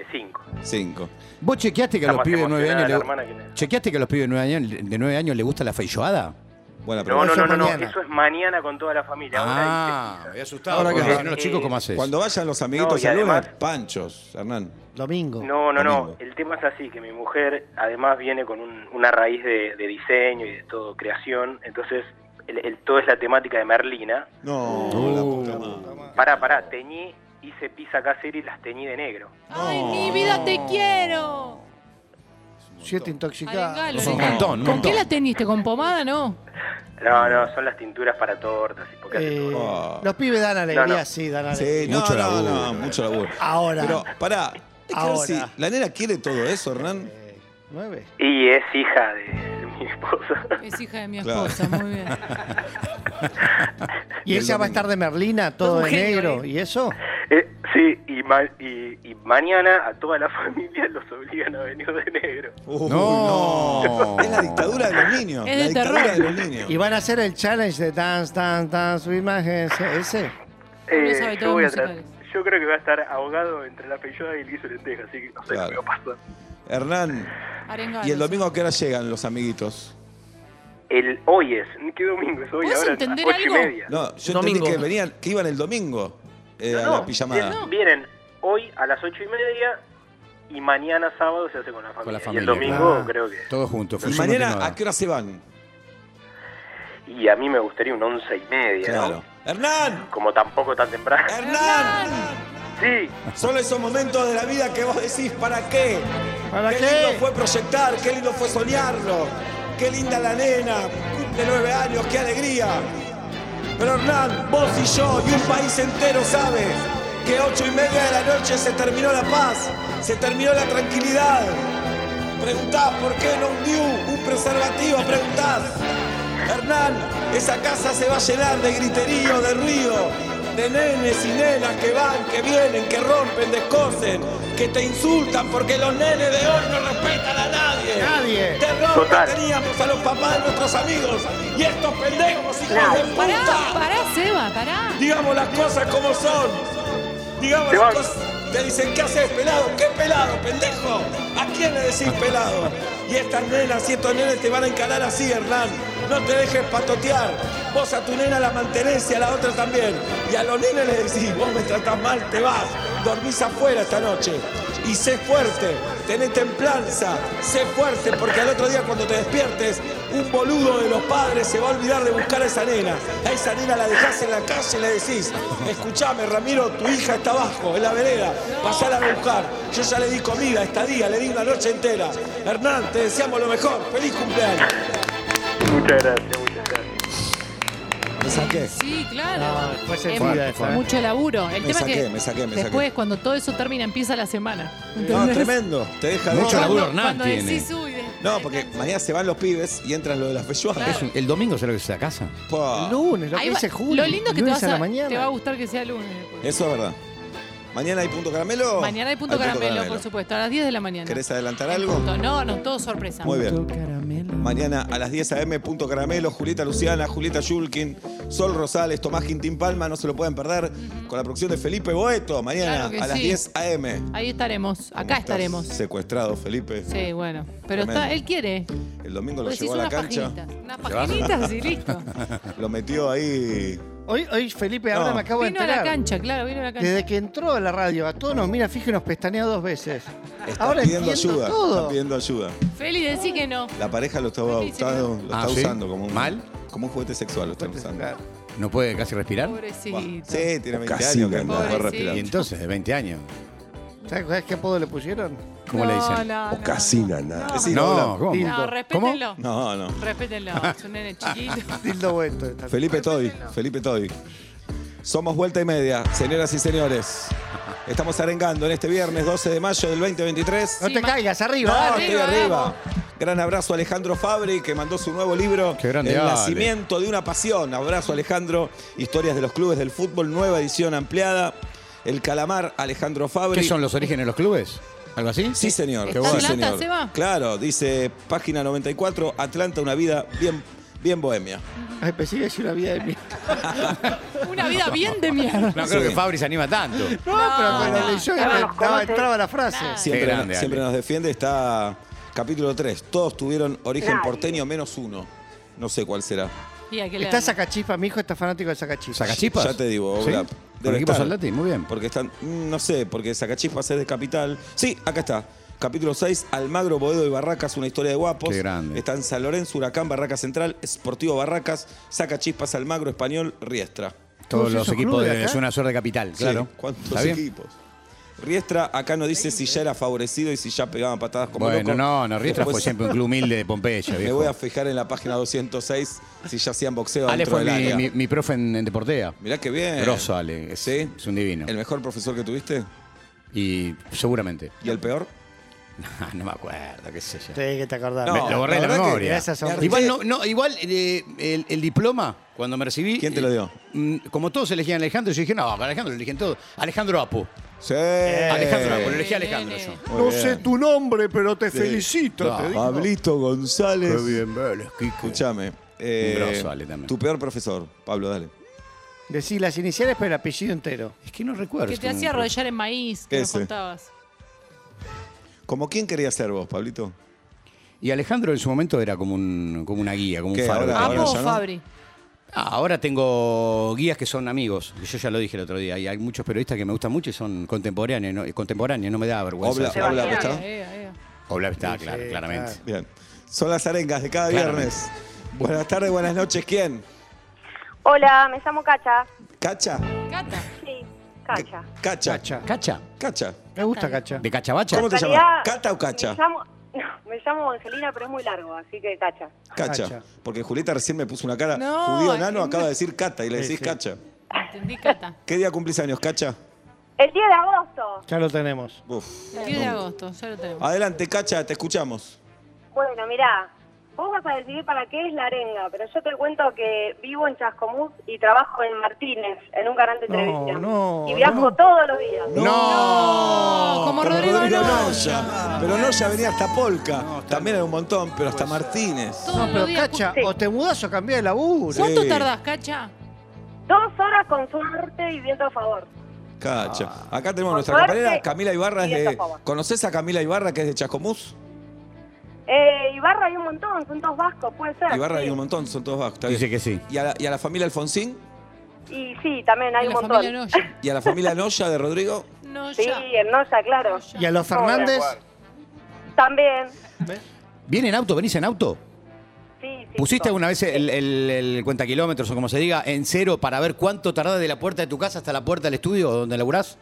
[SPEAKER 6] 5.
[SPEAKER 2] Cinco.
[SPEAKER 5] ¿Vos chequeaste que a
[SPEAKER 6] Está
[SPEAKER 5] los
[SPEAKER 6] más
[SPEAKER 5] pibes de 9
[SPEAKER 6] emocionada
[SPEAKER 5] años
[SPEAKER 6] la
[SPEAKER 5] le-
[SPEAKER 6] hermana que-
[SPEAKER 5] ¿Chequeaste que a los pibes de 9 años, de nueve años les gusta la feijoada?
[SPEAKER 2] Buena
[SPEAKER 6] No,
[SPEAKER 2] pregunta.
[SPEAKER 6] no,
[SPEAKER 4] Eso
[SPEAKER 6] no,
[SPEAKER 4] es
[SPEAKER 6] no, no,
[SPEAKER 4] mañana.
[SPEAKER 6] eso es mañana con toda la familia. ahora
[SPEAKER 5] Ah,
[SPEAKER 6] hay
[SPEAKER 5] me
[SPEAKER 6] que-
[SPEAKER 5] había asustado.
[SPEAKER 2] Ahora
[SPEAKER 5] porque
[SPEAKER 2] que-
[SPEAKER 5] si no, los chicos, ¿cómo haces?
[SPEAKER 2] Cuando vayan los
[SPEAKER 6] No,
[SPEAKER 2] amiguitos
[SPEAKER 6] y
[SPEAKER 2] al lunes,
[SPEAKER 6] además-
[SPEAKER 2] panchos, Hernán.
[SPEAKER 4] Domingo.
[SPEAKER 6] No, no, no.
[SPEAKER 2] Domingo.
[SPEAKER 6] El tema es así, que mi mujer además viene con un- una raíz de, de diseño y de todo, creación. Entonces, el, el- todo es la temática de Merlina.
[SPEAKER 2] No, la
[SPEAKER 5] Uh.
[SPEAKER 2] puta madre.
[SPEAKER 6] Pará, pará, teñí, hice pizza casera y las teñí de negro.
[SPEAKER 3] ¡Ay,
[SPEAKER 2] Oh.
[SPEAKER 3] mi vida, te quiero!
[SPEAKER 4] Siete intoxicados.
[SPEAKER 3] Arengalo,
[SPEAKER 5] Son un
[SPEAKER 3] Arengalo.
[SPEAKER 5] montón, un
[SPEAKER 3] ¿Con
[SPEAKER 5] montón.
[SPEAKER 3] qué la teniste? ¿Con pomada? No.
[SPEAKER 6] No, no, son las tinturas para tortas y porque hace
[SPEAKER 4] Eh,
[SPEAKER 6] todo.
[SPEAKER 2] Ah.
[SPEAKER 4] Los pibes dan alegría,
[SPEAKER 6] No, no.
[SPEAKER 4] sí, dan alegría.
[SPEAKER 2] Sí, no,
[SPEAKER 5] Mucho
[SPEAKER 2] no,
[SPEAKER 5] laburo,
[SPEAKER 2] no,
[SPEAKER 5] eh.
[SPEAKER 2] mucho laburo.
[SPEAKER 4] Ahora.
[SPEAKER 2] Pero, pará, hay que ver
[SPEAKER 4] Ahora.
[SPEAKER 2] si la nena quiere todo eso, Hernán.
[SPEAKER 4] Eh, nueve.
[SPEAKER 6] Y es hija de, mi esposa.
[SPEAKER 3] Es hija de mi
[SPEAKER 2] Claro.
[SPEAKER 3] esposa, muy bien.
[SPEAKER 4] Y
[SPEAKER 2] El
[SPEAKER 4] ella va a
[SPEAKER 2] domingo.
[SPEAKER 4] estar de Merlina, todo
[SPEAKER 3] Un
[SPEAKER 4] de
[SPEAKER 3] genio,
[SPEAKER 4] negro.
[SPEAKER 3] eh.
[SPEAKER 4] ¿Y eso?
[SPEAKER 6] Eh, sí, y, ma- y, y mañana a toda la familia los obligan a venir de negro.
[SPEAKER 2] Uy,
[SPEAKER 5] No.
[SPEAKER 2] no. Es la dictadura de los niños.
[SPEAKER 3] Es
[SPEAKER 2] la
[SPEAKER 3] de
[SPEAKER 2] dictadura
[SPEAKER 3] terror.
[SPEAKER 2] de los niños.
[SPEAKER 4] ¿Y van a hacer el challenge de dance, dance, dance, su imagen, ese? ese?
[SPEAKER 3] Pablo sabe todo
[SPEAKER 6] Eh, yo, voy a
[SPEAKER 3] musicales.
[SPEAKER 6] tra- yo creo que va a estar ahogado entre la peyoda y el guiso de lenteja, así que no sé
[SPEAKER 2] Claro.
[SPEAKER 6] qué va a pasar.
[SPEAKER 2] Hernán,
[SPEAKER 8] Ah,
[SPEAKER 3] Arengalo.
[SPEAKER 2] ¿y el domingo a qué hora llegan los amiguitos?
[SPEAKER 6] El, hoy es, ¿qué domingo es hoy?
[SPEAKER 3] ¿Puedes
[SPEAKER 6] Ahora
[SPEAKER 3] entender
[SPEAKER 6] ocho
[SPEAKER 3] algo?
[SPEAKER 6] y media.
[SPEAKER 2] No, yo
[SPEAKER 7] Domingo.
[SPEAKER 2] entendí que venían, que iban el domingo eh,
[SPEAKER 6] No,
[SPEAKER 2] a
[SPEAKER 6] no,
[SPEAKER 2] la pijamada.
[SPEAKER 6] eh, Vienen hoy a las ocho y media y mañana sábado se hace con la familia.
[SPEAKER 5] Con la
[SPEAKER 6] Y el
[SPEAKER 5] familia.
[SPEAKER 6] domingo
[SPEAKER 4] Ah.
[SPEAKER 6] creo que...
[SPEAKER 5] Todos juntos.
[SPEAKER 2] ¿Y
[SPEAKER 5] fusión
[SPEAKER 2] mañana
[SPEAKER 5] continuada.
[SPEAKER 2] a qué hora se van?
[SPEAKER 6] Y a mí me gustaría un once y media,
[SPEAKER 2] Claro.
[SPEAKER 6] ¿no?
[SPEAKER 2] ¡Hernán!
[SPEAKER 6] Como tampoco tan temprano.
[SPEAKER 2] ¡Hernán!
[SPEAKER 6] sí,
[SPEAKER 2] Son esos momentos de la vida que vos decís, ¿para qué?
[SPEAKER 4] ¿Para
[SPEAKER 2] qué,
[SPEAKER 4] qué?
[SPEAKER 2] lindo fue proyectar, qué lindo fue soñarlo. Qué linda la nena, de nueve años, qué alegría. Pero Hernán, vos y yo y un país entero sabe que ocho y media de la noche se terminó la paz, se terminó la tranquilidad. Preguntás por qué no un DIU, un preservativo, preguntás. Hernán, esa casa se va a llenar de griterío, de ruido, de nenes y nenas que van, que vienen, que rompen, descosen, que te insultan porque los nenes de hoy no respetan a nadie.
[SPEAKER 4] Nadie.
[SPEAKER 2] Terror
[SPEAKER 6] Total.
[SPEAKER 2] que teníamos a los papás de nuestros amigos y estos pendejos hijos de puta.
[SPEAKER 3] Pará, pará, Seba, pará.
[SPEAKER 2] Digamos las cosas como son. Digamos
[SPEAKER 6] Te
[SPEAKER 2] las
[SPEAKER 6] van.
[SPEAKER 2] cosas. Te dicen, ¿qué haces, pelado? ¿Qué pelado, pendejo? ¿A quién le decís pelado? Y estas nenas y estos nenes te van a encarar así, Hernán. No te dejes patotear. Vos a tu nena la mantenés y a la otra también. Y a los nenes les decís, vos me tratás mal, te vas. Dormís afuera esta noche. Y sé fuerte, tenés templanza, sé fuerte, porque al otro día cuando te despiertes, un boludo de los padres se va a olvidar de buscar a esa nena. A esa nena la dejás en la calle y le decís, escuchame Ramiro, tu hija está abajo, en la vereda, pasala a buscar. Yo ya le di comida, estadía, le di una noche entera. Hernán, te deseamos lo mejor, feliz cumpleaños.
[SPEAKER 6] muchas gracias, muchas gracias.
[SPEAKER 2] Me saqué.
[SPEAKER 3] Sí, claro.
[SPEAKER 4] No, fue
[SPEAKER 3] Es
[SPEAKER 4] sentida
[SPEAKER 3] mu-
[SPEAKER 4] esa, ¿eh?
[SPEAKER 3] Mucho laburo. El
[SPEAKER 2] Me
[SPEAKER 3] tema es
[SPEAKER 2] saqué,
[SPEAKER 3] que
[SPEAKER 2] me saqué, me saqué.
[SPEAKER 3] después, cuando todo eso termina, empieza la semana.
[SPEAKER 2] No,
[SPEAKER 3] ¿Entendés?
[SPEAKER 2] tremendo. Te deja de
[SPEAKER 5] Mucho
[SPEAKER 2] hecho.
[SPEAKER 5] laburo.
[SPEAKER 3] Cuando,
[SPEAKER 5] Hernán
[SPEAKER 3] cuando
[SPEAKER 5] tiene.
[SPEAKER 3] decís, uy, de-
[SPEAKER 2] No, porque mañana se van los pibes y entran lo de las pechuanas.
[SPEAKER 5] Es un- ¿El domingo será que se a casa?
[SPEAKER 2] Pa.
[SPEAKER 4] El lunes, lo
[SPEAKER 3] Ahí
[SPEAKER 4] que
[SPEAKER 3] va-
[SPEAKER 4] dice Julio.
[SPEAKER 3] lo lindo es que te,
[SPEAKER 4] lunes
[SPEAKER 3] vas
[SPEAKER 4] a
[SPEAKER 3] a-
[SPEAKER 4] la mañana.
[SPEAKER 3] te va a gustar que sea lunes. después.
[SPEAKER 2] Eso es verdad. Mañana hay punto caramelo.
[SPEAKER 3] Mañana hay punto, caramelo, por supuesto, a las 10 de la mañana.
[SPEAKER 2] ¿Querés adelantar
[SPEAKER 3] En
[SPEAKER 2] algo?
[SPEAKER 3] punto. No, no, todo sorpresa.
[SPEAKER 2] Muy bien. Mañana a las 10 a.m. Punto Caramelo, Julieta Luciana, Julieta Yulkin, Sol Rosales, Tomás Quintín Palma, no se lo pueden perder, con la producción de Felipe Boeto, mañana
[SPEAKER 3] Claro que
[SPEAKER 2] a las
[SPEAKER 3] sí.
[SPEAKER 2] 10 a.m. ¿Cómo
[SPEAKER 3] Ahí estaremos, acá
[SPEAKER 2] estás?
[SPEAKER 3] estaremos.
[SPEAKER 2] Secuestrado, Felipe.
[SPEAKER 3] Sí, bueno. Pero
[SPEAKER 2] Tremendo.
[SPEAKER 3] está, él quiere.
[SPEAKER 2] El domingo lo
[SPEAKER 3] Vos decís
[SPEAKER 2] llevó a la
[SPEAKER 3] unas
[SPEAKER 2] cancha,
[SPEAKER 3] paginitas. Unas paginitas y listo.
[SPEAKER 2] lo metió ahí.
[SPEAKER 4] Hoy, hoy Felipe, ahora
[SPEAKER 2] No.
[SPEAKER 4] me acabo de
[SPEAKER 3] Vino a
[SPEAKER 4] enterar.
[SPEAKER 3] la cancha, claro, vino a la cancha.
[SPEAKER 4] Desde que entró a la radio, a todos nos mira fijo y nos pestanea dos veces.
[SPEAKER 2] Está
[SPEAKER 4] ahora
[SPEAKER 2] pidiendo
[SPEAKER 4] entiendo
[SPEAKER 2] ayuda. Está
[SPEAKER 4] todo.
[SPEAKER 2] pidiendo ayuda.
[SPEAKER 3] Feli, decí que no.
[SPEAKER 2] La pareja lo estaba
[SPEAKER 3] Buenísimo.
[SPEAKER 2] usando, lo
[SPEAKER 5] Ah,
[SPEAKER 2] está
[SPEAKER 5] ¿sí?
[SPEAKER 2] usando como un,
[SPEAKER 5] ¿Mal?
[SPEAKER 2] como un juguete sexual. Lo está usando.
[SPEAKER 5] ¿No puede casi respirar?
[SPEAKER 2] Buah.
[SPEAKER 3] Pobrecito.
[SPEAKER 2] Sí, tiene 20
[SPEAKER 5] Casi
[SPEAKER 2] años que
[SPEAKER 5] me
[SPEAKER 2] no puede
[SPEAKER 3] muero.
[SPEAKER 2] respirar.
[SPEAKER 5] Y entonces, de 20 años.
[SPEAKER 4] ¿Sabes sabes qué apodo le pusieron?
[SPEAKER 5] ¿Cómo le dicen?
[SPEAKER 3] No, no,
[SPEAKER 7] O casi nada.
[SPEAKER 2] Decí,
[SPEAKER 5] No,
[SPEAKER 2] hola.
[SPEAKER 5] ¿cómo?
[SPEAKER 3] No,
[SPEAKER 4] Dildo.
[SPEAKER 5] ¿Cómo?
[SPEAKER 3] respétenlo.
[SPEAKER 2] No, no.
[SPEAKER 3] Respétenlo. Es un nene chiquito.
[SPEAKER 4] Dildo Vuelto.
[SPEAKER 2] Felipe Toy, Felipe Toy. Somos vuelta y media, señoras y señores. Estamos arengando en este viernes 12 de mayo del 2023.
[SPEAKER 4] No
[SPEAKER 3] Sí,
[SPEAKER 4] te
[SPEAKER 3] ma-
[SPEAKER 4] caigas,
[SPEAKER 2] No,
[SPEAKER 4] arriba.
[SPEAKER 3] Arriba,
[SPEAKER 2] estoy arriba. Gran abrazo a Alejandro Fabri, que mandó su nuevo libro,
[SPEAKER 5] Qué grande,
[SPEAKER 2] El
[SPEAKER 5] Ale.
[SPEAKER 2] nacimiento de una pasión. Abrazo Alejandro, historias de los clubes del fútbol, nueva edición ampliada. El calamar, Alejandro Fabri.
[SPEAKER 5] ¿Qué son los orígenes de los clubes? ¿Algo así?
[SPEAKER 2] Sí, señor.
[SPEAKER 3] ¿Está
[SPEAKER 2] Sí,
[SPEAKER 3] Atlanta,
[SPEAKER 2] señor.
[SPEAKER 3] Seba?
[SPEAKER 2] Claro, dice página 94, Atlanta, una vida bien, bien bohemia.
[SPEAKER 4] Ay, pensé que es una vida de mí.
[SPEAKER 3] Una vida bien de mierda.
[SPEAKER 5] No creo
[SPEAKER 2] Sí. Ah.
[SPEAKER 5] que Fabri se anima tanto.
[SPEAKER 4] No, pero con la
[SPEAKER 3] no.
[SPEAKER 4] leyó
[SPEAKER 1] Ahora
[SPEAKER 4] entraba,
[SPEAKER 1] nos conoce.
[SPEAKER 4] entraba la frase.
[SPEAKER 3] Nada.
[SPEAKER 2] Siempre,
[SPEAKER 5] grande, Ale.
[SPEAKER 2] siempre nos defiende, está capítulo 3. Todos tuvieron origen
[SPEAKER 1] Nadie.
[SPEAKER 2] porteño menos uno. No sé cuál será.
[SPEAKER 3] Y hay que
[SPEAKER 4] Está
[SPEAKER 3] leerlo.
[SPEAKER 4] Sacachispa, mi hijo está fanático de Sacachispa.
[SPEAKER 5] ¿Sacachispas?
[SPEAKER 2] Ya te digo,
[SPEAKER 5] ¿Sí?
[SPEAKER 2] Oblap.
[SPEAKER 5] ¿Con
[SPEAKER 2] Debe
[SPEAKER 5] equipo
[SPEAKER 2] estar.
[SPEAKER 5] Soldati? Muy bien.
[SPEAKER 2] Porque están, mm, no sé, porque Sacachispas es de Capital. Sí, acá está. Capítulo 6, Almagro, Boedo y Barracas, una historia de guapos.
[SPEAKER 5] Qué grande.
[SPEAKER 2] Están San Lorenzo, Huracán, Barracas Central, Sportivo Barracas, Sacachispas, Almagro, Español, Riestra.
[SPEAKER 5] Todos
[SPEAKER 4] Todos
[SPEAKER 5] los
[SPEAKER 4] esos
[SPEAKER 5] equipos
[SPEAKER 4] clubes
[SPEAKER 5] de,
[SPEAKER 4] acá.
[SPEAKER 5] Zona Sur de Capital,
[SPEAKER 2] Sí,
[SPEAKER 5] claro. ¿Está
[SPEAKER 2] ¿Cuántos
[SPEAKER 5] bien?
[SPEAKER 2] equipos? Riestra acá no dice si ya era favorecido y si ya pegaban patadas como
[SPEAKER 5] Bueno,
[SPEAKER 2] loco.
[SPEAKER 5] no, no, Riestra fue
[SPEAKER 2] Después
[SPEAKER 5] siempre un club humilde de Pompeya,
[SPEAKER 2] Me
[SPEAKER 5] viejo.
[SPEAKER 2] voy a fijar en la página 206 si ya hacían boxeo
[SPEAKER 5] Ale
[SPEAKER 2] dentro
[SPEAKER 5] fue
[SPEAKER 2] del
[SPEAKER 5] mi,
[SPEAKER 2] área.
[SPEAKER 5] mi- mi profe en, en Deportea.
[SPEAKER 2] Mirá qué bien.
[SPEAKER 5] Grosso, Ale. Es,
[SPEAKER 2] ¿Sí?
[SPEAKER 5] es un divino.
[SPEAKER 2] ¿El mejor profesor que tuviste?
[SPEAKER 5] Y seguramente.
[SPEAKER 2] ¿Y el peor?
[SPEAKER 5] No, me acuerdo, qué sé yo.
[SPEAKER 4] Sí, que te acordás.
[SPEAKER 2] No,
[SPEAKER 5] Me- lo borré
[SPEAKER 2] la
[SPEAKER 5] de la,
[SPEAKER 2] verdad que
[SPEAKER 5] memoria.
[SPEAKER 4] gracias a-
[SPEAKER 5] Igual, no, no, igual eh, el, el diploma, cuando me recibí.
[SPEAKER 2] ¿Quién te lo dio?
[SPEAKER 5] mm, Como todos elegían a Alejandro, yo dije, no, a Alejandro lo eligen todos. Alejandro Apu.
[SPEAKER 2] Sí.
[SPEAKER 5] Alejandro Apu, lo elegí a
[SPEAKER 3] Nene.
[SPEAKER 5] Alejandro yo.
[SPEAKER 2] Muy bien.
[SPEAKER 4] tu nombre, pero te
[SPEAKER 2] Sí.
[SPEAKER 5] No,
[SPEAKER 4] digo.
[SPEAKER 2] Pablito González.
[SPEAKER 5] Vélez, Quique.
[SPEAKER 2] Escúchame.
[SPEAKER 5] grosso, Ale, también.
[SPEAKER 2] Tu peor profesor, Pablo, dale.
[SPEAKER 4] Decí las iniciales, pero el apellido entero.
[SPEAKER 5] Es que no recuerdo.
[SPEAKER 3] Que
[SPEAKER 5] es
[SPEAKER 3] te
[SPEAKER 5] como-
[SPEAKER 3] hacía arrodillar en maíz, que nos
[SPEAKER 2] Ese.
[SPEAKER 3] contabas.
[SPEAKER 2] ¿Como quién querías ser vos, Pablito?
[SPEAKER 5] Y Alejandro en su momento era como, un, como una guía, como un
[SPEAKER 2] ¿Qué,
[SPEAKER 5] faro.
[SPEAKER 2] ahora-
[SPEAKER 5] de
[SPEAKER 2] ahora
[SPEAKER 3] ¿Apo
[SPEAKER 5] guía.
[SPEAKER 3] o
[SPEAKER 2] ya no?
[SPEAKER 3] Fabri?
[SPEAKER 5] Ah, ahora tengo guías que son amigos. Yo ya lo dije el otro día. Y hay muchos periodistas que me gustan mucho y son contemporáneos. No, contemporáneos, no me da vergüenza.
[SPEAKER 2] Obla- Hola, ¿qué
[SPEAKER 3] Ea,
[SPEAKER 2] tal?
[SPEAKER 3] ea, ea.
[SPEAKER 5] Obla está,
[SPEAKER 4] Sí,
[SPEAKER 5] claro,
[SPEAKER 4] sí,
[SPEAKER 5] claramente.
[SPEAKER 4] claro.
[SPEAKER 2] Bien. Son las arengas de cada
[SPEAKER 5] Claramente.
[SPEAKER 2] viernes. Buenas tardes, buenas noches. ¿Quién?
[SPEAKER 7] Hola, me llamo Cacha.
[SPEAKER 2] ¿Cacha?
[SPEAKER 3] Cata.
[SPEAKER 7] Sí, Cacha.
[SPEAKER 2] Cacha.
[SPEAKER 4] Cacha.
[SPEAKER 5] Cacha,
[SPEAKER 2] Cacha.
[SPEAKER 4] Me gusta Cacha.
[SPEAKER 5] de Cachabacha.
[SPEAKER 2] ¿Cómo te
[SPEAKER 7] En
[SPEAKER 2] llamas?
[SPEAKER 7] realidad,
[SPEAKER 2] ¿Cata o Cacha?
[SPEAKER 7] Me llamo, no, me llamo Angelina, pero es muy largo, así que Cacha.
[SPEAKER 2] Cacha.
[SPEAKER 4] Cacha.
[SPEAKER 2] Porque Julieta recién me puso una cara.
[SPEAKER 3] No,
[SPEAKER 2] Judío nano
[SPEAKER 3] no.
[SPEAKER 2] acaba de decir Cata y le decís
[SPEAKER 4] sí.
[SPEAKER 2] Cacha.
[SPEAKER 3] Entendí, Cata.
[SPEAKER 2] ¿Qué día cumplís años, Cacha?
[SPEAKER 7] El 10 de agosto.
[SPEAKER 4] Ya lo tenemos.
[SPEAKER 2] Uf.
[SPEAKER 3] El 10 de agosto, ya lo tenemos.
[SPEAKER 2] Adelante, Cacha, te escuchamos.
[SPEAKER 7] Bueno, mirá, vos vas a decidir para qué es la arenga, pero yo te cuento que vivo en Chascomús y trabajo en Martínez, en un canal de
[SPEAKER 4] No,
[SPEAKER 7] televisión.
[SPEAKER 4] no,
[SPEAKER 7] y viajo
[SPEAKER 4] no.
[SPEAKER 7] todos los días.
[SPEAKER 3] No, como Rodrigo Noya.
[SPEAKER 2] Pero Noya venía hasta Polka. También era un montón, pero hasta Martínez.
[SPEAKER 3] Todos
[SPEAKER 4] No,
[SPEAKER 3] los
[SPEAKER 4] pero
[SPEAKER 3] días,
[SPEAKER 4] Cacha,
[SPEAKER 7] Sí.
[SPEAKER 4] o te mudás o cambiás de laburo.
[SPEAKER 3] ¿Cuánto
[SPEAKER 2] Sí.
[SPEAKER 3] tardás, Cacha?
[SPEAKER 7] Dos horas con suerte y viento a favor.
[SPEAKER 2] Cacha.
[SPEAKER 4] Ah.
[SPEAKER 2] Acá tenemos
[SPEAKER 7] Con
[SPEAKER 2] nuestra
[SPEAKER 7] suerte,
[SPEAKER 2] compañera Camila Ibarra. Es
[SPEAKER 7] y
[SPEAKER 2] de,
[SPEAKER 7] esta pava.
[SPEAKER 2] ¿Conoces a Camila Ibarra, que es de Chascomús?
[SPEAKER 7] Eh, Ibarra hay un montón, son todos vascos, puede ser.
[SPEAKER 2] Ibarra
[SPEAKER 7] sí.
[SPEAKER 2] hay un montón, son todos bajos. está
[SPEAKER 5] Dice
[SPEAKER 2] bien.
[SPEAKER 5] que sí.
[SPEAKER 2] ¿Y a, la, ¿Y a la familia Alfonsín?
[SPEAKER 7] Y sí, también
[SPEAKER 3] En
[SPEAKER 7] hay un
[SPEAKER 3] la
[SPEAKER 7] montón.
[SPEAKER 3] familia Noya.
[SPEAKER 2] ¿Y a la familia Noya de Rodrigo?
[SPEAKER 7] Sí,
[SPEAKER 3] Noya.
[SPEAKER 7] en Noya, claro.
[SPEAKER 4] ¿Y a los Fernández?
[SPEAKER 7] También.
[SPEAKER 5] ¿Viene en auto? ¿Venís en auto?
[SPEAKER 7] Sí, sí,
[SPEAKER 5] ¿Pusiste
[SPEAKER 7] chicos.
[SPEAKER 5] alguna vez el, el, el cuentakilómetros o como se diga en cero para ver cuánto tardás de la puerta de tu casa hasta la puerta del estudio donde laburás?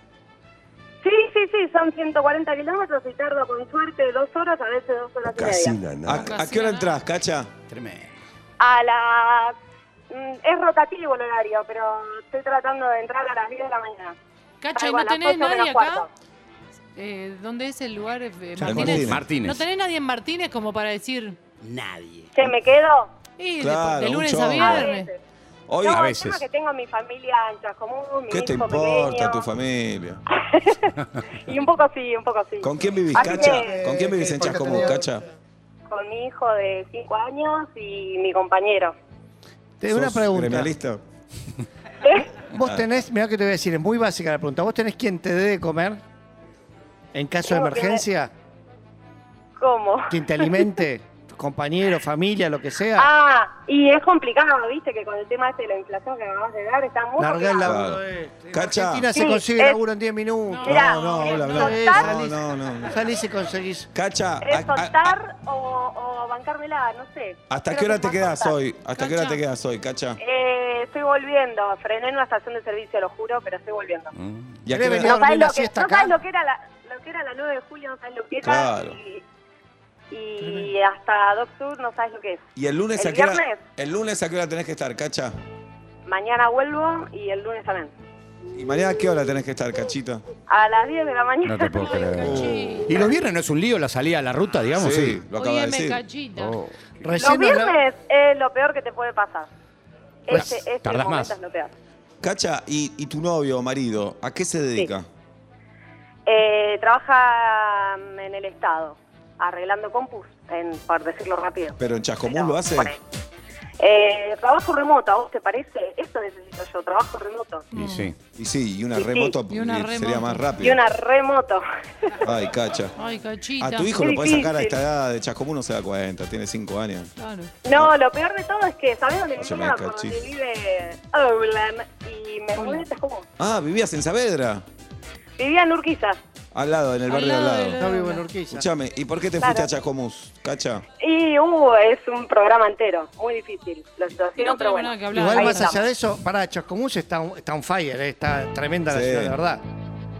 [SPEAKER 7] Sí, sí, sí, son 140 kilómetros y tardo con suerte dos horas, a veces dos horas y media.
[SPEAKER 2] ¿A, a qué hora entras, Cacha?
[SPEAKER 5] Tremendo.
[SPEAKER 7] A las... mm, Es rotativo el horario, pero estoy tratando de entrar a las 10 de la mañana.
[SPEAKER 3] Cacha, ¿y
[SPEAKER 7] Salgo a
[SPEAKER 3] no
[SPEAKER 7] las
[SPEAKER 3] tenés
[SPEAKER 7] 8 menos
[SPEAKER 3] nadie acá?
[SPEAKER 7] cuarto.
[SPEAKER 3] Eh, ¿Dónde es el lugar? Eh,
[SPEAKER 2] Martínez.
[SPEAKER 3] Martínez.
[SPEAKER 5] Martínez.
[SPEAKER 3] ¿No tenés nadie en Martínez como para decir,
[SPEAKER 5] Nadie.
[SPEAKER 7] ¿Que me quedo?
[SPEAKER 3] y de-
[SPEAKER 2] Claro,
[SPEAKER 3] de,
[SPEAKER 2] un
[SPEAKER 3] lunes
[SPEAKER 2] chorro.
[SPEAKER 3] a
[SPEAKER 7] A
[SPEAKER 3] viernes?
[SPEAKER 7] veces.
[SPEAKER 2] Hoy,
[SPEAKER 7] no,
[SPEAKER 5] a
[SPEAKER 7] el
[SPEAKER 5] veces.
[SPEAKER 7] tema es que tengo mi familia ancha común, mi
[SPEAKER 2] ¿qué te
[SPEAKER 7] hijo
[SPEAKER 2] importa
[SPEAKER 7] pequeño.
[SPEAKER 2] tu familia?
[SPEAKER 7] Y un poco sí, un poco sí.
[SPEAKER 2] ¿Con quién vivís,
[SPEAKER 7] Así
[SPEAKER 2] Cacha?
[SPEAKER 7] que,
[SPEAKER 2] ¿Con quién vivís en
[SPEAKER 4] porque
[SPEAKER 2] Chascomús,
[SPEAKER 4] tenía-
[SPEAKER 2] Cacha?
[SPEAKER 7] Con mi hijo de 5 años y mi compañero.
[SPEAKER 4] Te doy una
[SPEAKER 2] ¿Sos
[SPEAKER 4] pregunta.
[SPEAKER 2] gremialista? Ah.
[SPEAKER 4] Vos tenés, mirá que te voy a decir, es muy básica la pregunta. ¿Vos tenés quien te dé de comer en caso de
[SPEAKER 7] Tengo que-
[SPEAKER 4] emergencia?
[SPEAKER 7] ¿Cómo?
[SPEAKER 4] ¿Quien te alimente? ¿Tu compañero, familia, lo que sea?
[SPEAKER 7] Ah, y es complicado, viste, que con el tema este de la inflación que acabamos de dar, está muy
[SPEAKER 4] Largá el
[SPEAKER 7] complicado.
[SPEAKER 4] laburo
[SPEAKER 2] Claro.
[SPEAKER 4] este. En
[SPEAKER 2] Cacha.
[SPEAKER 4] Argentina se
[SPEAKER 7] Sí,
[SPEAKER 4] consigue
[SPEAKER 7] es-
[SPEAKER 4] laburo en 10 minutos.
[SPEAKER 7] Mirá,
[SPEAKER 2] No, no, habla, habla.
[SPEAKER 7] es
[SPEAKER 4] No,
[SPEAKER 7] soltar,
[SPEAKER 2] No, no, no.
[SPEAKER 4] Salís y conseguís.
[SPEAKER 2] Cacha, a-
[SPEAKER 7] es
[SPEAKER 2] a- a-
[SPEAKER 7] soltar o, o bancármela, no sé.
[SPEAKER 2] ¿hasta
[SPEAKER 7] Creo
[SPEAKER 2] qué hora
[SPEAKER 7] que
[SPEAKER 2] te
[SPEAKER 7] es más
[SPEAKER 2] quedas
[SPEAKER 7] soltar.
[SPEAKER 2] hoy? ¿Hasta qué hora
[SPEAKER 3] Cacha.
[SPEAKER 2] te quedas hoy, Cacha?
[SPEAKER 7] Eh, estoy volviendo, frené en una estación de servicio, lo juro, pero estoy volviendo.
[SPEAKER 5] Mm.
[SPEAKER 2] ¿Y a qué
[SPEAKER 4] ¿Querés
[SPEAKER 2] hora-
[SPEAKER 4] venir?
[SPEAKER 7] No
[SPEAKER 4] dormí
[SPEAKER 7] sabes
[SPEAKER 4] la
[SPEAKER 7] lo que,
[SPEAKER 4] siesta
[SPEAKER 7] no
[SPEAKER 4] acá.
[SPEAKER 7] sabes lo que era la, lo que era la 9 de julio, no sabes lo que era.
[SPEAKER 2] Claro.
[SPEAKER 7] Y, y hasta Doctor no sabes lo que es.
[SPEAKER 2] ¿Y el lunes
[SPEAKER 7] ¿El
[SPEAKER 2] a qué hora?
[SPEAKER 7] viernes?
[SPEAKER 2] El lunes a qué hora tenés que estar, Cacha?
[SPEAKER 7] Mañana vuelvo y el lunes también.
[SPEAKER 2] ¿Y mañana a qué hora tenés que estar, Cachita?
[SPEAKER 7] A las 10 de la
[SPEAKER 5] No
[SPEAKER 7] mañana.
[SPEAKER 5] te puedo creer.
[SPEAKER 3] Cachita.
[SPEAKER 5] ¿Y los viernes no es un lío la salida a la ruta, digamos? Sí.
[SPEAKER 2] lo acaba de
[SPEAKER 3] Óyeme,
[SPEAKER 2] decir. Oh.
[SPEAKER 3] Cachita.
[SPEAKER 7] Los
[SPEAKER 4] Recién nos la-
[SPEAKER 7] viernes es lo peor que te puede pasar. Este, este
[SPEAKER 5] Pues tardás
[SPEAKER 7] momento
[SPEAKER 5] más.
[SPEAKER 7] es lo peor.
[SPEAKER 2] Cacha, ¿y, y tu novio o marido, a qué se dedica?
[SPEAKER 7] Eh, trabaja mm, en el Estado, arreglando compus, en, por decirlo rápido.
[SPEAKER 2] ¿Pero en Chascomús
[SPEAKER 7] Pero,
[SPEAKER 2] lo hace?
[SPEAKER 7] por ahí. Eh, trabajo remoto, ¿a vos te parece? Eso necesito yo, trabajo remoto.
[SPEAKER 5] Y sí.
[SPEAKER 2] Y sí, y una
[SPEAKER 7] Sí, sí.
[SPEAKER 2] remoto
[SPEAKER 3] Y una
[SPEAKER 2] eh, sería
[SPEAKER 3] remoto.
[SPEAKER 2] más
[SPEAKER 7] Y
[SPEAKER 2] rápido.
[SPEAKER 7] una remoto.
[SPEAKER 2] Ay, cacha.
[SPEAKER 3] Ay, cachita.
[SPEAKER 2] A tu hijo
[SPEAKER 7] Qué
[SPEAKER 2] lo podés sacar a
[SPEAKER 7] difícil.
[SPEAKER 2] esta edad de Chascomú, no se da cuenta, tiene 5 años.
[SPEAKER 3] Claro.
[SPEAKER 7] No, lo peor de todo es que, ¿sabés dónde
[SPEAKER 2] Oye,
[SPEAKER 7] vive?
[SPEAKER 2] me
[SPEAKER 7] Por
[SPEAKER 2] cachis.
[SPEAKER 7] donde vive Olam y me mudé de Tacuba.
[SPEAKER 2] Ah, vivías en Saavedra,
[SPEAKER 7] Vivía en Urquiza.
[SPEAKER 2] al lado, en el
[SPEAKER 3] Al
[SPEAKER 2] barrio de al
[SPEAKER 3] lado
[SPEAKER 2] lado.
[SPEAKER 3] de
[SPEAKER 4] No vivo en Urquiza.
[SPEAKER 2] Escuchame, ¿y por qué te
[SPEAKER 7] Claro.
[SPEAKER 2] fuiste a Chascomús, cacha?
[SPEAKER 7] Y uh, es un programa entero, muy difícil la
[SPEAKER 3] Que
[SPEAKER 7] situación,
[SPEAKER 3] no tenemos
[SPEAKER 7] pero bueno.
[SPEAKER 3] nada que hablar.
[SPEAKER 4] Igual
[SPEAKER 7] Ahí
[SPEAKER 4] más
[SPEAKER 7] estamos.
[SPEAKER 4] allá de eso, para Chascomús está, on- está on fire, eh, está tremenda la
[SPEAKER 2] Sí.
[SPEAKER 4] ciudad, de verdad.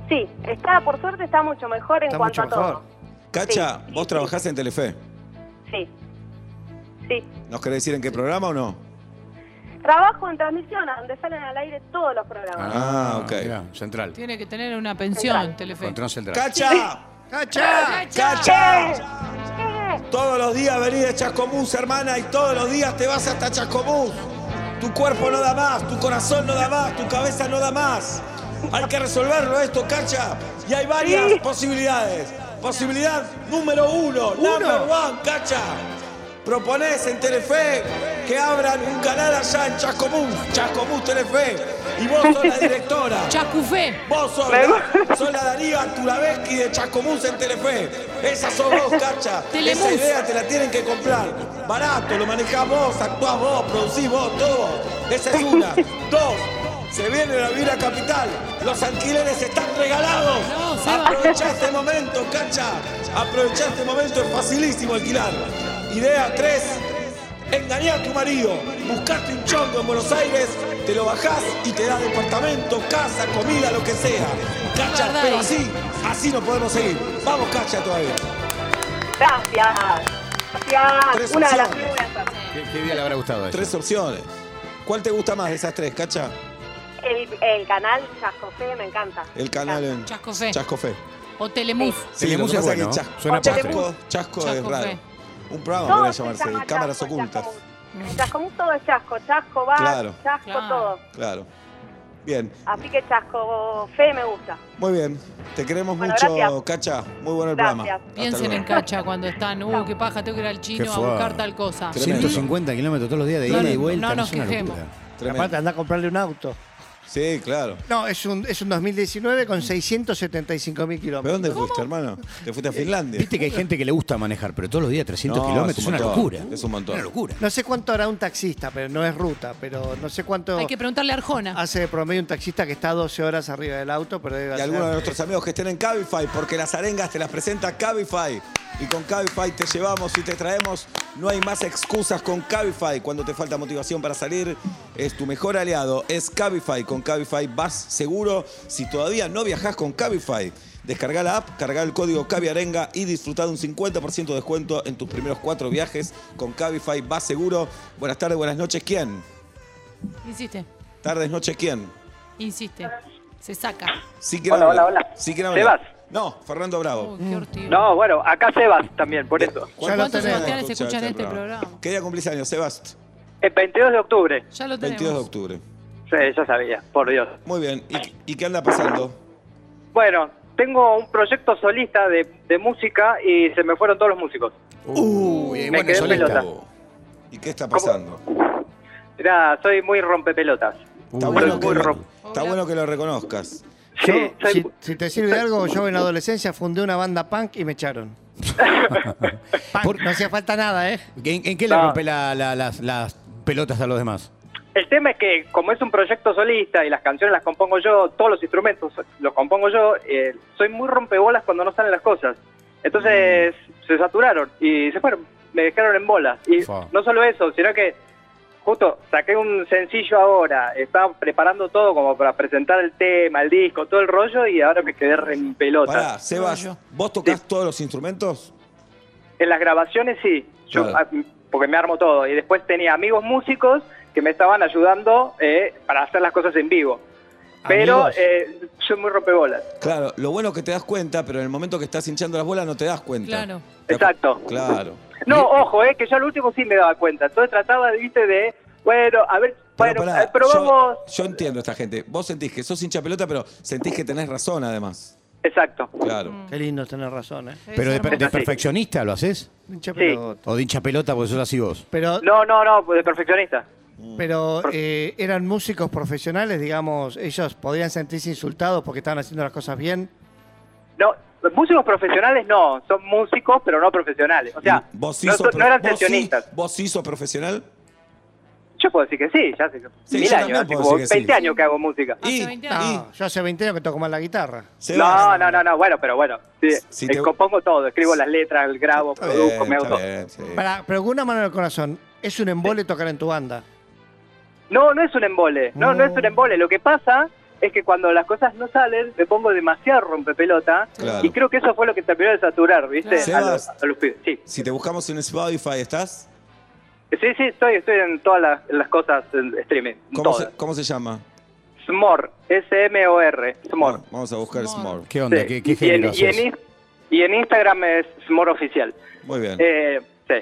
[SPEAKER 7] Sí, está, por suerte está mucho mejor en
[SPEAKER 4] Está
[SPEAKER 7] cuanto
[SPEAKER 4] mucho
[SPEAKER 7] a todo.
[SPEAKER 4] mejor.
[SPEAKER 2] Cacha,
[SPEAKER 7] Sí, sí,
[SPEAKER 2] vos
[SPEAKER 7] sí.
[SPEAKER 2] trabajás en Telefe.
[SPEAKER 7] Sí. Sí.
[SPEAKER 2] ¿Nos querés decir en qué programa o no?
[SPEAKER 7] Trabajo en transmisión, a donde salen al aire todos los programas.
[SPEAKER 2] Ah, ok.
[SPEAKER 5] mirá, central.
[SPEAKER 3] Tiene que tener una pensión, Telefe.
[SPEAKER 5] Control central.
[SPEAKER 2] ¡Cacha!
[SPEAKER 4] Ah. ¡Cacha!
[SPEAKER 2] ¡Cacha! Todos los días venís de Chascomús, hermana, y todos los días te vas hasta Chascomús. Tu cuerpo no da más, tu corazón no da más, tu cabeza no da más. Hay que resolverlo esto, Cacha. Y hay varias posibilidades. Posibilidad número uno, number one, Cacha. Proponés en Telefe que abran un canal allá en Chascomús, Chascomús Telefe. Y vos sos la directora.
[SPEAKER 3] Chacufé.
[SPEAKER 2] Vos sos, la, sos la Daría Tulaveschi de Chascomús en Telefe. Esa sos vos, cacha.
[SPEAKER 3] Telemus.
[SPEAKER 2] Esa idea te la tienen que comprar. Barato, lo manejás vos, actuás vos, producís vos, todo. Esa es una. Dos, se vienen a vivir a Capital. Los alquileres están regalados.
[SPEAKER 3] No, Seba.
[SPEAKER 2] Aprovechá este momento, cacha. Aprovechá este momento, es facilísimo alquilar. Idea tres, engañá a tu marido. Buscaste un chongo en Buenos Aires, te lo bajás y te da departamento, casa, comida, lo que sea. Cacha,
[SPEAKER 3] Verdad,
[SPEAKER 2] pero
[SPEAKER 3] eh.
[SPEAKER 2] así, así no podemos seguir. Vamos, cacha todavía.
[SPEAKER 7] Gracias.
[SPEAKER 2] Tres
[SPEAKER 7] Gracias. Una de las
[SPEAKER 2] opciones.
[SPEAKER 7] figuras.
[SPEAKER 5] ¿Qué, qué día le habrá gustado a ella?
[SPEAKER 2] Tres opciones. ¿Cuál te gusta más de esas tres, cacha?
[SPEAKER 7] El, el canal Chascofé me encanta.
[SPEAKER 2] El canal en
[SPEAKER 3] Chascofé.
[SPEAKER 2] Chascofé.
[SPEAKER 3] O Telemus.
[SPEAKER 5] Sí, lo que
[SPEAKER 2] lo que
[SPEAKER 5] pasa
[SPEAKER 2] pasa
[SPEAKER 5] es
[SPEAKER 2] es
[SPEAKER 5] que
[SPEAKER 2] que
[SPEAKER 5] Suena
[SPEAKER 2] Chasco,
[SPEAKER 5] patrio.
[SPEAKER 2] Chasco es
[SPEAKER 3] Chascofé.
[SPEAKER 2] raro. Un programa
[SPEAKER 7] Todo
[SPEAKER 2] podría
[SPEAKER 7] se
[SPEAKER 2] llamarse,
[SPEAKER 7] llama
[SPEAKER 2] cámaras
[SPEAKER 7] Chasco,
[SPEAKER 2] ocultas.
[SPEAKER 7] Chascomús. En Chascomús todo es chasco, chasco va,
[SPEAKER 2] Claro.
[SPEAKER 7] chasco
[SPEAKER 3] Claro.
[SPEAKER 7] todo.
[SPEAKER 2] Claro. Bien,
[SPEAKER 7] Así que chasco fe me gusta.
[SPEAKER 2] muy bien. Te queremos
[SPEAKER 7] Bueno,
[SPEAKER 2] mucho,
[SPEAKER 7] gracias.
[SPEAKER 2] Cacha. Muy bueno el
[SPEAKER 7] Gracias.
[SPEAKER 2] programa. Hasta
[SPEAKER 3] Piensen
[SPEAKER 2] luego.
[SPEAKER 3] en cacha cuando están, uh, qué paja, tengo que ir al
[SPEAKER 5] Qué
[SPEAKER 3] chino a
[SPEAKER 5] fuerte.
[SPEAKER 3] buscar tal cosa.
[SPEAKER 2] Ah. Tremendo.
[SPEAKER 5] 150 kilómetros todos los días de
[SPEAKER 3] No,
[SPEAKER 5] ida y
[SPEAKER 3] no,
[SPEAKER 5] vuelta.
[SPEAKER 3] no
[SPEAKER 5] No,
[SPEAKER 3] nos
[SPEAKER 5] es una
[SPEAKER 3] quejemos.
[SPEAKER 5] locura.
[SPEAKER 2] Tremendo.
[SPEAKER 4] Aparte, anda a comprarle un auto.
[SPEAKER 2] Sí, claro.
[SPEAKER 4] No, es un, es un 2019 con 675 mil
[SPEAKER 2] ¿Pero
[SPEAKER 4] kilómetros.
[SPEAKER 2] dónde fuiste, hermano? Te fuiste a Finlandia.
[SPEAKER 5] Viste que hay gente que le gusta manejar, pero todos los días 300
[SPEAKER 2] No,
[SPEAKER 5] kilómetros
[SPEAKER 2] es
[SPEAKER 5] es
[SPEAKER 2] un
[SPEAKER 5] una
[SPEAKER 2] montón,
[SPEAKER 5] locura.
[SPEAKER 2] es un montón.
[SPEAKER 5] Una locura.
[SPEAKER 4] No sé cuánto hará un taxista, pero no es ruta, pero no sé cuánto
[SPEAKER 3] Hay que preguntarle a Arjona.
[SPEAKER 4] hace de promedio un taxista que está 12 horas arriba del auto, pero debe
[SPEAKER 2] Y
[SPEAKER 4] hacer-
[SPEAKER 2] algunos de nuestros amigos que estén en Cabify, porque las arengas te las presenta Cabify. Y con Cabify te llevamos y te traemos. No hay más excusas con Cabify. Cuando te falta motivación para salir, es tu mejor aliado. Es Cabify. Con Cabify vas seguro. Si todavía no viajás con Cabify, descarga la app, carga el código CABIARENGA y disfruta de un 50% de descuento en tus primeros cuatro viajes. Con Cabify vas seguro. Buenas tardes, buenas noches. ¿Quién?
[SPEAKER 3] Insiste,
[SPEAKER 2] Tardes, noches. ¿Quién?
[SPEAKER 3] insiste. Se saca.
[SPEAKER 2] Sí quiero
[SPEAKER 8] Hola,
[SPEAKER 2] hablar.
[SPEAKER 8] hola, hola.
[SPEAKER 2] Sí quiero hablar.
[SPEAKER 8] Sebas.
[SPEAKER 2] No, Fernando Bravo.
[SPEAKER 3] Uy, qué ortigo.
[SPEAKER 8] No, bueno, acá Sebas también, por eso.
[SPEAKER 4] Ya lo
[SPEAKER 3] ¿Cuántos
[SPEAKER 4] tenemos.
[SPEAKER 3] sebastianes escuchan
[SPEAKER 2] Escuchaste
[SPEAKER 3] este
[SPEAKER 2] el
[SPEAKER 3] programa?
[SPEAKER 2] ¿Qué día cumplís años, Sebast?
[SPEAKER 8] El 22 de octubre.
[SPEAKER 3] Ya lo
[SPEAKER 2] 22 de
[SPEAKER 3] tenemos.
[SPEAKER 2] octubre.
[SPEAKER 8] Sí, ya sabía, por Dios.
[SPEAKER 2] Muy bien. ¿Y, y qué anda pasando?
[SPEAKER 8] Bueno, tengo un proyecto solista de, de música y se me fueron todos los músicos.
[SPEAKER 5] Uy, hay
[SPEAKER 8] me
[SPEAKER 5] buenos
[SPEAKER 8] quedé
[SPEAKER 5] solistas.
[SPEAKER 8] pelota.
[SPEAKER 2] ¿Y qué está pasando?
[SPEAKER 8] Mirá, soy muy rompepelotas.
[SPEAKER 2] Está
[SPEAKER 5] Uy,
[SPEAKER 2] bueno,
[SPEAKER 8] muy
[SPEAKER 2] que, lo-
[SPEAKER 8] rock.
[SPEAKER 2] está bueno que lo reconozcas.
[SPEAKER 4] Yo,
[SPEAKER 8] Sí, soy-
[SPEAKER 4] si, si te sirve de algo, yo en la adolescencia fundé una banda punk y me echaron. Punk,
[SPEAKER 5] Por-
[SPEAKER 4] no hacía falta nada, ¿eh?
[SPEAKER 5] ¿En, en qué le
[SPEAKER 8] No.
[SPEAKER 5] rompe la- la- las, las pelotas a los demás?
[SPEAKER 8] El tema es que, como es un proyecto solista y las canciones las compongo yo, todos los instrumentos los compongo yo, eh, soy muy rompebolas cuando no salen las cosas. Entonces se saturaron y se fueron, me dejaron en bolas. Y
[SPEAKER 5] Fa.
[SPEAKER 8] no solo eso, sino que justo saqué un sencillo ahora, estaba preparando todo como para presentar el tema, el disco, todo el rollo y ahora me quedé re en pelota.
[SPEAKER 2] Pará, Sebas, ¿vos tocás todos los instrumentos?
[SPEAKER 8] En las grabaciones sí, yo,
[SPEAKER 2] Claro.
[SPEAKER 8] ah, porque me armo todo. Y después tenía amigos músicos que me estaban ayudando eh, para hacer las cosas en vivo. Pero
[SPEAKER 5] Amigos.
[SPEAKER 8] eh, soy muy rompebolas.
[SPEAKER 2] Claro, lo bueno que te das cuenta, pero en el momento que estás hinchando las bolas no te das cuenta.
[SPEAKER 3] Claro.
[SPEAKER 2] ¿Te acu-
[SPEAKER 8] Exacto.
[SPEAKER 2] Claro.
[SPEAKER 8] No, ojo, eh, que yo al último sí me daba cuenta. Entonces trataba, viste, de, bueno, a ver,
[SPEAKER 2] Pero
[SPEAKER 8] bueno,
[SPEAKER 2] pará,
[SPEAKER 8] eh, probamos.
[SPEAKER 2] yo, yo entiendo a esta gente. Vos sentís que sos hincha pelota, pero sentís que tenés razón además.
[SPEAKER 8] Exacto.
[SPEAKER 3] Mm.
[SPEAKER 2] Claro.
[SPEAKER 4] Qué lindo, tenés razón, ¿eh?
[SPEAKER 3] Es
[SPEAKER 5] Pero de,
[SPEAKER 3] hermoso.
[SPEAKER 5] de perfeccionista lo haces.
[SPEAKER 4] Hincha pelota.
[SPEAKER 5] O de hincha pelota porque sos así vos.
[SPEAKER 4] Pero,
[SPEAKER 8] No, no, no, de perfeccionista. Mm.
[SPEAKER 4] pero eh, eran músicos profesionales, digamos, ellos podrían sentirse insultados porque estaban haciendo las cosas bien.
[SPEAKER 8] No, músicos profesionales no, son músicos pero no profesionales. O sea,
[SPEAKER 2] ¿Vos sí
[SPEAKER 8] no,
[SPEAKER 2] sos
[SPEAKER 8] son-
[SPEAKER 2] profe-
[SPEAKER 8] no eran
[SPEAKER 2] vos sí-
[SPEAKER 8] sesionistas.
[SPEAKER 2] ¿Vos sí sos profesional?
[SPEAKER 8] Yo puedo decir que sí, ya hace
[SPEAKER 2] Sí,
[SPEAKER 8] mil
[SPEAKER 2] yo
[SPEAKER 8] años,
[SPEAKER 2] también
[SPEAKER 8] hace
[SPEAKER 2] puedo
[SPEAKER 8] como
[SPEAKER 2] decir que
[SPEAKER 8] 20
[SPEAKER 2] sí.
[SPEAKER 8] años que hago música.
[SPEAKER 4] Ah,
[SPEAKER 3] Hace
[SPEAKER 2] Y-
[SPEAKER 3] 20 años.
[SPEAKER 4] No, yo hace 20 años que toco más la guitarra.
[SPEAKER 2] Se
[SPEAKER 8] No,
[SPEAKER 2] va.
[SPEAKER 8] no, no, no, bueno, pero bueno, sí,
[SPEAKER 2] Si
[SPEAKER 8] eh,
[SPEAKER 2] te-
[SPEAKER 8] compongo todo, escribo las letras, grabo,
[SPEAKER 2] Está
[SPEAKER 8] produzco,
[SPEAKER 2] bien,
[SPEAKER 8] me hago
[SPEAKER 2] está
[SPEAKER 8] todo.
[SPEAKER 2] bien, sí.
[SPEAKER 4] Pará, pero con una mano en el corazón, es un embole tocar en tu banda.
[SPEAKER 8] No, no es un embole, no, no es
[SPEAKER 4] Mm.
[SPEAKER 8] un embole. Lo que pasa es que cuando las cosas no salen, me pongo demasiado rompepelota
[SPEAKER 2] Claro.
[SPEAKER 8] y creo que eso fue lo que terminó de saturar, ¿viste?
[SPEAKER 2] Claro.
[SPEAKER 8] A los,
[SPEAKER 2] Sebas.
[SPEAKER 8] a los pibes, sí.
[SPEAKER 2] Si te buscamos en Spotify, ¿estás?
[SPEAKER 8] Sí, sí, estoy, estoy en todas las, las cosas en streaming, en
[SPEAKER 2] ¿Cómo
[SPEAKER 8] todas.
[SPEAKER 2] se, cómo se llama?
[SPEAKER 8] Smor, S-M-O-r, Smor.
[SPEAKER 2] Bueno, Vamos a buscar
[SPEAKER 3] Smor.
[SPEAKER 2] Smor.
[SPEAKER 5] ¿Qué onda?
[SPEAKER 8] Sí.
[SPEAKER 5] ¿Qué, qué
[SPEAKER 8] y, en,
[SPEAKER 5] género
[SPEAKER 8] y en
[SPEAKER 5] haces?
[SPEAKER 8] Ins- y en Instagram es Smor Oficial.
[SPEAKER 2] Muy bien.
[SPEAKER 8] Eh, sí.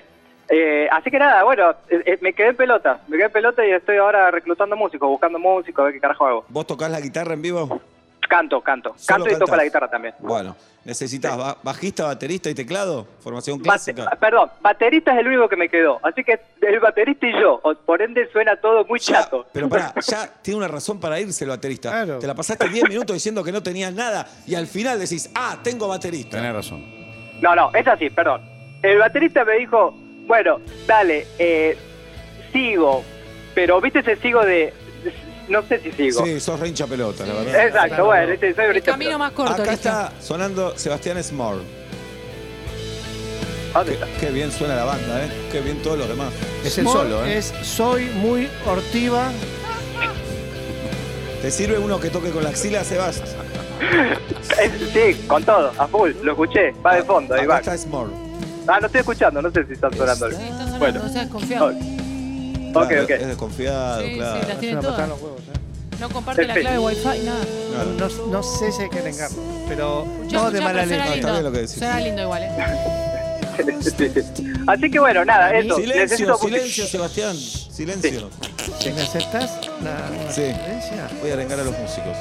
[SPEAKER 8] Eh, así que nada, bueno, eh, eh, me quedé en pelota, me quedé en pelota y estoy ahora reclutando músicos, buscando músicos, a ver qué carajo hago.
[SPEAKER 2] ¿Vos tocás la guitarra en vivo?
[SPEAKER 8] Canto, canto,
[SPEAKER 2] Solo
[SPEAKER 8] canto y toco
[SPEAKER 2] cantás.
[SPEAKER 8] la guitarra también.
[SPEAKER 2] Bueno, necesitas ba- bajista, baterista y teclado, formación
[SPEAKER 8] Bate-
[SPEAKER 2] clásica.
[SPEAKER 8] perdón, baterista es el único que me quedó. Así que el baterista y yo. O- Por ende suena todo muy
[SPEAKER 2] Ya,
[SPEAKER 8] chato.
[SPEAKER 2] pero pará, ya tiene una razón para irse el baterista.
[SPEAKER 4] Claro.
[SPEAKER 2] Te la pasaste 10 minutos diciendo que no tenías nada y al final decís, ah, tengo baterista.
[SPEAKER 5] Tenés razón.
[SPEAKER 8] No, no, es así, perdón. El baterista me dijo, bueno, dale, eh, sigo. Pero viste ese sigo de. No sé si sigo.
[SPEAKER 2] Sí, sos rincha pelota, la verdad.
[SPEAKER 8] Exacto,
[SPEAKER 4] Claro.
[SPEAKER 8] bueno, ese- soy
[SPEAKER 3] El
[SPEAKER 8] ahorita-
[SPEAKER 3] camino más corto.
[SPEAKER 2] Acá
[SPEAKER 3] elige.
[SPEAKER 2] está sonando Sebastián Smore.
[SPEAKER 8] ¿Dónde
[SPEAKER 2] Qué,
[SPEAKER 8] está?
[SPEAKER 2] qué bien suena la banda, ¿eh? Qué bien todos los demás.
[SPEAKER 5] Es el
[SPEAKER 4] Small
[SPEAKER 5] solo, ¿eh?
[SPEAKER 4] Es soy muy hortiva.
[SPEAKER 2] ¿Te sirve uno que toque con la axila, Sebas?
[SPEAKER 8] Es- sí, con todo, a full, lo escuché, va de fondo, ahí
[SPEAKER 2] Acá
[SPEAKER 8] va.
[SPEAKER 2] está Smore.
[SPEAKER 8] Ah, no estoy escuchando, no sé si están sonando.
[SPEAKER 3] Sí, está sonando,
[SPEAKER 8] Bueno.
[SPEAKER 3] o sea, desconfiado.
[SPEAKER 8] Ok, Ok,
[SPEAKER 2] Claro, Es
[SPEAKER 8] ok.
[SPEAKER 2] desconfiado,
[SPEAKER 3] Sí, sí,
[SPEAKER 2] claro.
[SPEAKER 3] las
[SPEAKER 4] Es una
[SPEAKER 3] tiene
[SPEAKER 4] patada en los
[SPEAKER 3] todas.
[SPEAKER 4] huevos, ¿eh?
[SPEAKER 3] No comparte la clave
[SPEAKER 8] Perfecto.
[SPEAKER 3] Wi-Fi, nada.
[SPEAKER 2] Claro.
[SPEAKER 4] No, no sé si hay que vengarlo, pero
[SPEAKER 3] Escuchá,
[SPEAKER 4] no de
[SPEAKER 3] escuchá,
[SPEAKER 4] mala
[SPEAKER 3] pero suena
[SPEAKER 4] leche.
[SPEAKER 2] está bien lo que
[SPEAKER 3] lindo.
[SPEAKER 2] decís.
[SPEAKER 3] Suena lindo igual, ¿eh?
[SPEAKER 8] Sí, sí. Así que bueno, nada, eso.
[SPEAKER 2] Silencio,
[SPEAKER 8] necesito
[SPEAKER 2] silencio, Sebastián. Silencio.
[SPEAKER 4] ¿Te ¿Me aceptás la, la
[SPEAKER 2] Sí.
[SPEAKER 4] sugerencia?
[SPEAKER 2] Voy a arengar a los músicos.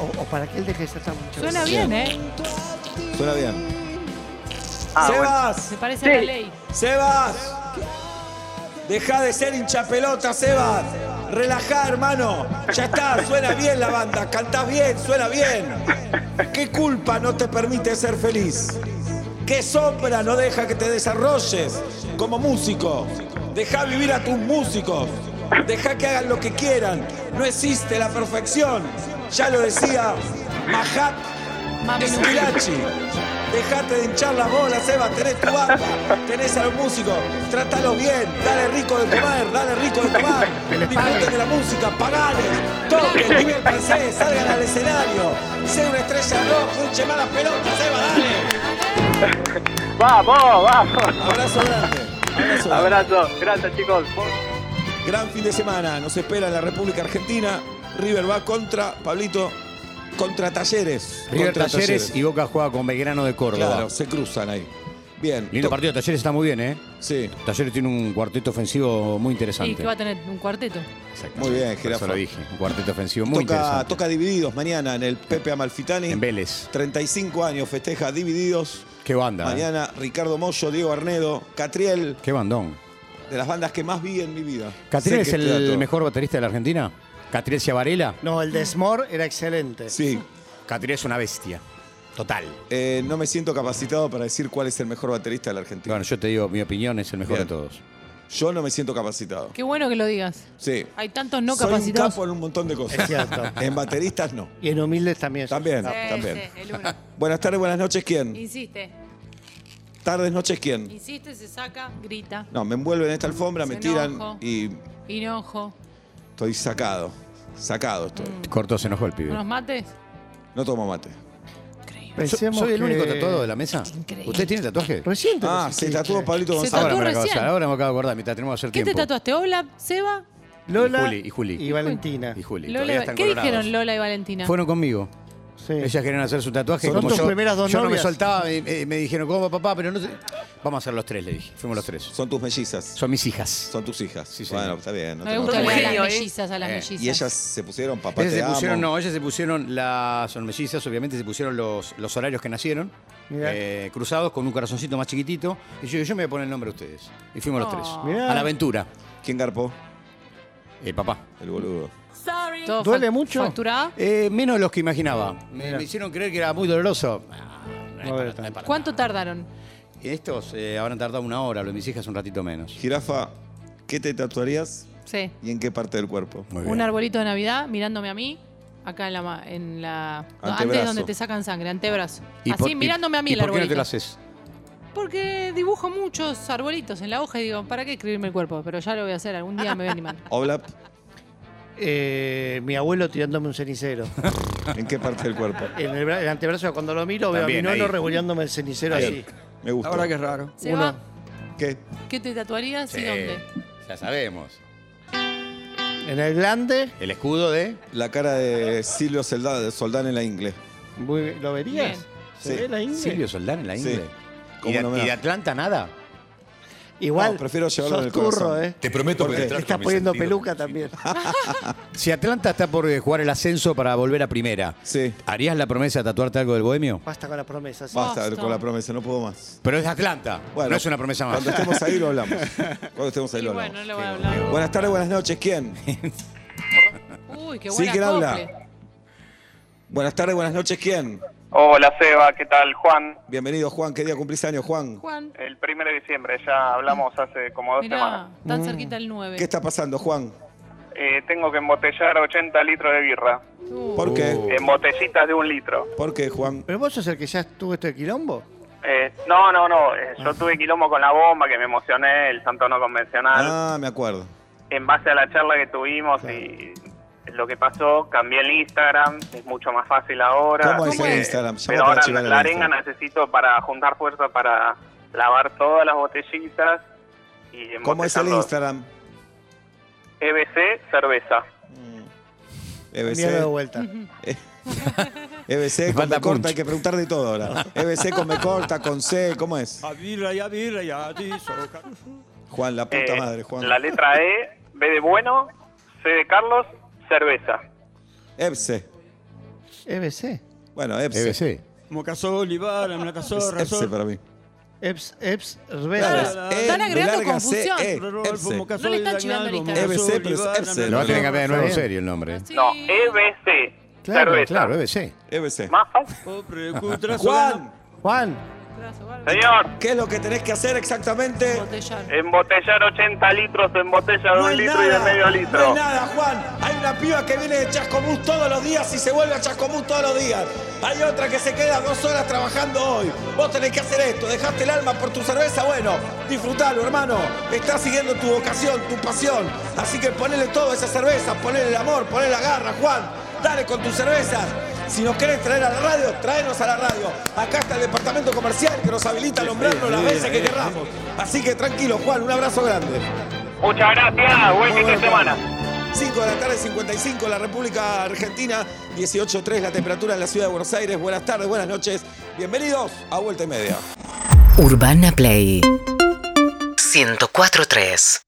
[SPEAKER 4] O, o para que él deje de ser tan mucho.
[SPEAKER 3] Suena bien, ¿eh?
[SPEAKER 2] Suena bien.
[SPEAKER 8] Ah, bueno.
[SPEAKER 2] ¡Sebas!
[SPEAKER 3] Se parece
[SPEAKER 8] Sí.
[SPEAKER 3] a la ley.
[SPEAKER 2] ¡Sebas! Deja de ser hincha pelota, Sebas. Relajá, hermano. Ya está, suena bien la banda. Cantás bien, suena bien. ¿Qué culpa no te permite ser feliz? ¿Qué sombra no deja que te desarrolles como músico? Deja vivir a tus músicos. Deja que hagan lo que quieran. No existe la perfección. Ya lo decía Mahat
[SPEAKER 3] Mami,
[SPEAKER 2] es
[SPEAKER 3] no.
[SPEAKER 2] Pilachi. Dejate de hinchar las bolas, Eva. Tenés tu banda, tenés a los músicos. Trátalo bien, dale rico de comer, dale rico de tomar. Disfruten de la música, pagales, toquen, diviértanse, salgan al escenario. Sé una estrella de rock, hinche más las pelotas, Eva, dale.
[SPEAKER 8] Vamos, vamos.
[SPEAKER 2] Abrazo grande. Abrazo grande.
[SPEAKER 8] Abrazo, gracias chicos.
[SPEAKER 2] Gran fin de semana. Nos espera en la República Argentina. River va contra, Pablito, contra Talleres.
[SPEAKER 5] River
[SPEAKER 2] Contra
[SPEAKER 5] Talleres y Boca juega con Belgrano de Córdoba.
[SPEAKER 2] Claro, se cruzan ahí. Bien.
[SPEAKER 5] Lindo
[SPEAKER 2] to-
[SPEAKER 5] partido. Talleres está muy bien, ¿eh?
[SPEAKER 2] Sí.
[SPEAKER 5] Talleres tiene un cuarteto ofensivo muy interesante.
[SPEAKER 3] Y que va a tener un cuarteto.
[SPEAKER 5] Exacto.
[SPEAKER 2] Muy bien,
[SPEAKER 5] Por
[SPEAKER 2] Jirafa.
[SPEAKER 5] Eso lo dije. Un cuarteto ofensivo muy
[SPEAKER 2] Toca,
[SPEAKER 5] interesante.
[SPEAKER 2] toca Divididos mañana en el Pepe Amalfitani.
[SPEAKER 5] En Vélez.
[SPEAKER 2] 35 años festeja Divididos.
[SPEAKER 5] Qué banda. ¿eh?
[SPEAKER 2] Mañana Ricardo Moyo, Diego Arnedo, Catriel,
[SPEAKER 5] Qué bandón.
[SPEAKER 2] de las bandas que más vi en mi vida.
[SPEAKER 5] ¿Catriel
[SPEAKER 2] Sé
[SPEAKER 5] es
[SPEAKER 2] que este
[SPEAKER 5] el
[SPEAKER 2] dato-
[SPEAKER 5] mejor baterista de la Argentina? ¿Catriel Ciavarela?
[SPEAKER 4] No, el de Smor era excelente.
[SPEAKER 2] Sí.
[SPEAKER 5] Catriel es una bestia. Total.
[SPEAKER 2] Eh, no me siento capacitado para decir cuál es el mejor baterista de la Argentina.
[SPEAKER 5] Bueno, yo te digo, mi opinión es el mejor
[SPEAKER 2] Bien.
[SPEAKER 5] de todos.
[SPEAKER 2] Yo no me siento capacitado.
[SPEAKER 3] Qué bueno que lo digas.
[SPEAKER 2] Sí.
[SPEAKER 3] Hay tantos no
[SPEAKER 2] Soy un
[SPEAKER 3] capacitados.
[SPEAKER 2] capo en un montón de
[SPEAKER 4] Es
[SPEAKER 2] cosas.
[SPEAKER 4] cierto.
[SPEAKER 2] en bateristas ah, no.
[SPEAKER 4] y en humildes también.
[SPEAKER 2] También,
[SPEAKER 3] Sí,
[SPEAKER 2] también.
[SPEAKER 3] sí, el uno.
[SPEAKER 2] Buenas tardes, buenas noches, ¿quién?
[SPEAKER 3] Insiste,
[SPEAKER 2] Tardes, noches, ¿quién?
[SPEAKER 3] insiste, se saca, grita,
[SPEAKER 2] No, me envuelven en esta alfombra, me
[SPEAKER 3] Se
[SPEAKER 2] tiran
[SPEAKER 3] enojo.
[SPEAKER 2] y
[SPEAKER 3] hinojo,
[SPEAKER 2] estoy sacado. Sacado estoy.
[SPEAKER 3] Mm.
[SPEAKER 5] Corto se enojó el pibe.
[SPEAKER 3] unos mates.
[SPEAKER 2] No tomo mate.
[SPEAKER 5] ¿Soy
[SPEAKER 4] Pensemos
[SPEAKER 5] soy el único
[SPEAKER 4] que-
[SPEAKER 5] tatuado de la mesa?
[SPEAKER 3] Increíble.
[SPEAKER 5] ¿Usted tiene tatuaje?
[SPEAKER 4] Reciente.
[SPEAKER 2] Ah,
[SPEAKER 4] lo
[SPEAKER 2] se
[SPEAKER 4] hiciste.
[SPEAKER 2] tatuó Pablito
[SPEAKER 3] Se
[SPEAKER 2] González.
[SPEAKER 5] Ahora
[SPEAKER 3] tatuó
[SPEAKER 5] me, acabo de
[SPEAKER 3] recién.
[SPEAKER 5] acordar, ahora me acabo de acordar, mientras tenemos que hacer
[SPEAKER 3] ¿Qué te
[SPEAKER 5] tiempo.
[SPEAKER 3] tatuaste? ¿Ola, Seba?
[SPEAKER 4] Lola
[SPEAKER 5] Y Juli, y Juli.
[SPEAKER 4] Valentina.
[SPEAKER 5] Y Juli,
[SPEAKER 3] Lola
[SPEAKER 5] todavía
[SPEAKER 3] y-
[SPEAKER 5] están
[SPEAKER 3] ¿Qué
[SPEAKER 5] colorados.
[SPEAKER 3] dijeron Lola y Valentina?
[SPEAKER 5] Fueron conmigo.
[SPEAKER 4] Sí.
[SPEAKER 5] Ellas querían hacer su tatuaje.
[SPEAKER 4] Son
[SPEAKER 5] Como
[SPEAKER 4] tus
[SPEAKER 5] yo,
[SPEAKER 4] primeras dos
[SPEAKER 5] yo no me
[SPEAKER 4] novias.
[SPEAKER 5] soltaba, eh, eh, me, dijeron, ¿cómo papá? Pero no sé. Vamos a hacer los tres, le dije. Fuimos los tres.
[SPEAKER 2] Son tus mellizas.
[SPEAKER 5] Son mis hijas.
[SPEAKER 2] Son tus hijas.
[SPEAKER 5] Sí, señor.
[SPEAKER 2] bueno, está bien.
[SPEAKER 3] No
[SPEAKER 2] no te
[SPEAKER 3] le gusta hablar
[SPEAKER 2] enojes.
[SPEAKER 3] a las
[SPEAKER 9] Genio, ¿eh?
[SPEAKER 3] mellizas, a las
[SPEAKER 5] Eh,
[SPEAKER 3] mellizas.
[SPEAKER 2] Y ellas se pusieron papá.
[SPEAKER 5] Ellas
[SPEAKER 2] te
[SPEAKER 5] se pusieron,
[SPEAKER 2] amo.
[SPEAKER 5] no, ellas se pusieron las son mellizas, obviamente se pusieron los, los horarios que nacieron,
[SPEAKER 4] Mirá.
[SPEAKER 5] eh, cruzados con un corazoncito más chiquitito. Y yo, yo me voy a poner el nombre a ustedes. Y fuimos los
[SPEAKER 3] Oh.
[SPEAKER 5] tres.
[SPEAKER 4] Mirá.
[SPEAKER 5] A la aventura.
[SPEAKER 2] ¿Quién garpó?
[SPEAKER 5] El papá.
[SPEAKER 2] El boludo.
[SPEAKER 3] Todo
[SPEAKER 4] ¿Duele
[SPEAKER 3] fac-
[SPEAKER 4] mucho?
[SPEAKER 3] facturado.
[SPEAKER 5] Eh, menos de los que imaginaba. Me,
[SPEAKER 4] Mirá.
[SPEAKER 5] me hicieron creer que era muy doloroso. Ah, no es
[SPEAKER 4] No
[SPEAKER 5] para-
[SPEAKER 4] era
[SPEAKER 5] no es para
[SPEAKER 3] ¿Cuánto
[SPEAKER 5] nada.
[SPEAKER 3] tardaron?
[SPEAKER 5] Estos eh, habrán tardado una hora, los de mis hijas un ratito menos.
[SPEAKER 2] Jirafa, ¿qué te tatuarías
[SPEAKER 3] Sí.
[SPEAKER 2] y en qué parte del cuerpo?
[SPEAKER 5] Muy
[SPEAKER 3] Un arbolito de Navidad mirándome a mí, acá en la. ma- En la no, antes
[SPEAKER 2] Antebrazo.
[SPEAKER 3] donde te sacan sangre, antebrazo.
[SPEAKER 5] ¿Y por-
[SPEAKER 3] Así
[SPEAKER 5] y-
[SPEAKER 3] mirándome a mí
[SPEAKER 5] ¿y
[SPEAKER 3] el
[SPEAKER 5] ¿Por qué no
[SPEAKER 3] arbolito.
[SPEAKER 5] te lo haces?
[SPEAKER 3] Porque dibujo muchos arbolitos en la hoja y digo, ¿para qué escribirme el cuerpo? Pero ya lo voy a hacer, algún día me voy a animar.
[SPEAKER 2] Oblap,
[SPEAKER 4] Eh, mi abuelo tirándome un cenicero.
[SPEAKER 2] ¿en qué parte del cuerpo?
[SPEAKER 4] En el, bra- el antebrazo, cuando lo miro, veo
[SPEAKER 5] También
[SPEAKER 4] a mi nono
[SPEAKER 5] ahí.
[SPEAKER 4] revoleándome el cenicero así.
[SPEAKER 2] Me gusta.
[SPEAKER 9] Ahora que es raro.
[SPEAKER 3] ¿Se
[SPEAKER 4] Uno.
[SPEAKER 3] va?
[SPEAKER 2] ¿Qué?
[SPEAKER 3] ¿Qué te tatuarías y dónde?
[SPEAKER 5] Ya sabemos.
[SPEAKER 4] En el glande,
[SPEAKER 5] El escudo de.
[SPEAKER 2] La cara de Silvio Solda- Soldán en la ingle.
[SPEAKER 4] muy bien. ¿lo verías?
[SPEAKER 3] Bien.
[SPEAKER 4] ¿Se
[SPEAKER 2] Sí.
[SPEAKER 4] ve la ingle?
[SPEAKER 5] Silvio Soldán en la
[SPEAKER 2] Sí.
[SPEAKER 5] Ingle.
[SPEAKER 2] ¿Cómo
[SPEAKER 5] ¿Y, de,
[SPEAKER 2] no me
[SPEAKER 5] y
[SPEAKER 2] da?
[SPEAKER 5] de Atlanta nada?
[SPEAKER 4] Igual,
[SPEAKER 2] No, prefiero llevarlo
[SPEAKER 4] sos
[SPEAKER 2] en el corazón.
[SPEAKER 4] turro, ¿eh?
[SPEAKER 10] Te prometo
[SPEAKER 2] ¿Por
[SPEAKER 10] que
[SPEAKER 2] qué?
[SPEAKER 10] detrás
[SPEAKER 4] Le
[SPEAKER 10] con
[SPEAKER 4] estás
[SPEAKER 10] mi
[SPEAKER 4] poniendo
[SPEAKER 10] sentido-
[SPEAKER 4] peluca también.
[SPEAKER 5] Si Atlanta está por eh, jugar el ascenso para volver a primera,
[SPEAKER 2] Sí.
[SPEAKER 5] ¿harías la promesa de tatuarte algo del bohemio?
[SPEAKER 4] Basta con las promesas. ¿eh? ¿sí?
[SPEAKER 2] Basta
[SPEAKER 3] Basta.
[SPEAKER 2] con la promesa, no puedo más.
[SPEAKER 5] Pero es de Atlanta,
[SPEAKER 2] Bueno,
[SPEAKER 5] no es una promesa más.
[SPEAKER 2] Cuando estemos ahí lo hablamos. Cuando estemos ahí
[SPEAKER 3] Y
[SPEAKER 2] lo
[SPEAKER 3] bueno,
[SPEAKER 2] hablamos.
[SPEAKER 3] no le voy a hablar.
[SPEAKER 2] Buenas tardes, buenas noches. ¿Quién?
[SPEAKER 3] Uy, qué
[SPEAKER 2] Sí,
[SPEAKER 3] buena
[SPEAKER 2] ¿quién habla?
[SPEAKER 3] acople.
[SPEAKER 2] Buenas tardes, buenas noches. ¿Quién?
[SPEAKER 11] Hola Seba, ¿qué tal Juan?
[SPEAKER 2] Bienvenido, Juan. ¿Qué día cumplís años, Juan?
[SPEAKER 3] Juan,
[SPEAKER 11] El 1 de diciembre, ya hablamos hace como dos
[SPEAKER 3] mirá,
[SPEAKER 11] semanas.
[SPEAKER 3] tan cerquita el 9.
[SPEAKER 2] ¿Qué está pasando, Juan?
[SPEAKER 11] Eh, tengo que embotellar 80 litros de birra,
[SPEAKER 3] Uh,
[SPEAKER 2] ¿Por qué?
[SPEAKER 11] en botellitas de un litro.
[SPEAKER 2] ¿Por qué, Juan?
[SPEAKER 4] ¿Pero vos sos el que ya estuvo esto de quilombo?
[SPEAKER 11] Eh, no, no, no, eh, yo tuve quilombo con la bomba, que me emocioné, el santo no convencional.
[SPEAKER 2] Ah, me acuerdo.
[SPEAKER 11] En base a la charla que tuvimos y lo que pasó, cambié el Instagram, es mucho más fácil ahora.
[SPEAKER 2] ¿Cómo es
[SPEAKER 11] así
[SPEAKER 2] el
[SPEAKER 11] que-
[SPEAKER 2] Instagram? Llama
[SPEAKER 11] Pero
[SPEAKER 2] para
[SPEAKER 11] ahora
[SPEAKER 2] chivar
[SPEAKER 11] la,
[SPEAKER 2] el
[SPEAKER 11] la arenga
[SPEAKER 2] Instagram.
[SPEAKER 11] necesito para juntar fuerza para lavar todas las botellitas. Y
[SPEAKER 2] ¿Cómo es el
[SPEAKER 11] embotellarlo.
[SPEAKER 2] Instagram?
[SPEAKER 11] EBC Cerveza.
[SPEAKER 2] E
[SPEAKER 4] Mierda de
[SPEAKER 2] EBC,
[SPEAKER 4] vuelta.
[SPEAKER 2] EBC
[SPEAKER 5] Me
[SPEAKER 2] con
[SPEAKER 5] falta
[SPEAKER 2] E B corta,
[SPEAKER 5] punch.
[SPEAKER 2] hay que preguntar de todo ahora. EBC con B corta, con C, ¿cómo es?
[SPEAKER 10] A birra y a birra y a ti, soca.
[SPEAKER 2] Juan, la puta
[SPEAKER 11] Eh,
[SPEAKER 2] madre, Juan.
[SPEAKER 11] La letra E, B de bueno, C de Carlos, cerveza.
[SPEAKER 2] EBC.
[SPEAKER 4] EBC.
[SPEAKER 2] E Bueno, E
[SPEAKER 11] E
[SPEAKER 2] EBC.
[SPEAKER 5] EBC.
[SPEAKER 10] Mocasó, Olivara, Mnacazorra,
[SPEAKER 2] EBC Ah, para mí.
[SPEAKER 4] EBS, EBS,
[SPEAKER 2] Claro,
[SPEAKER 4] Rebeldes.
[SPEAKER 2] es E
[SPEAKER 3] Están
[SPEAKER 2] de
[SPEAKER 3] agregando
[SPEAKER 2] larga C,
[SPEAKER 3] confusión.
[SPEAKER 2] E,
[SPEAKER 10] Rodolfo,
[SPEAKER 2] EBC.
[SPEAKER 10] Mocasó,
[SPEAKER 3] No le están chivando el Instagram.
[SPEAKER 2] EBC, E pero es EBC.
[SPEAKER 5] Lo va a tener que cambiar de nuevo en
[SPEAKER 4] Está bien.
[SPEAKER 5] serio el nombre.
[SPEAKER 3] sí.
[SPEAKER 11] No, EBC,
[SPEAKER 5] Claro,
[SPEAKER 11] cerveza.
[SPEAKER 5] claro, E EBC.
[SPEAKER 2] EBC.
[SPEAKER 11] Más fácil.
[SPEAKER 2] Juan,
[SPEAKER 4] Juan,
[SPEAKER 3] Brazo, algo.
[SPEAKER 11] Señor,
[SPEAKER 2] ¿qué es lo que tenés que hacer exactamente?
[SPEAKER 3] Botellar.
[SPEAKER 11] embotellar 80 litros, embotellar
[SPEAKER 2] No
[SPEAKER 11] un
[SPEAKER 2] es
[SPEAKER 11] litro y de
[SPEAKER 2] nada,
[SPEAKER 11] medio
[SPEAKER 2] no es
[SPEAKER 11] litro.
[SPEAKER 2] nada, Juan. Hay una piba que viene de Chascomús todos los días y se vuelve a Chascomús todos los días. Hay otra que se queda dos horas trabajando hoy. Vos tenés que hacer esto, dejaste el alma por tu cerveza, bueno, disfrutalo, hermano. Estás siguiendo tu vocación, tu pasión. Así que ponele todo a esa cerveza, ponele el amor, ponele la garra, Juan. Dale con tus cervezas. Si nos querés traer a la radio, traenos a la radio. Acá está el departamento comercial que nos habilita a nombrarnos las veces que querramos. Así que tranquilo, Juan, un abrazo grande.
[SPEAKER 11] Muchas gracias, buen fin de semana.
[SPEAKER 2] 5 de la tarde, 55, la República Argentina, 18.3, la temperatura en la ciudad de Buenos Aires. Buenas tardes, buenas noches. Bienvenidos a Vuelta y Media.
[SPEAKER 12] Urbana Play 1043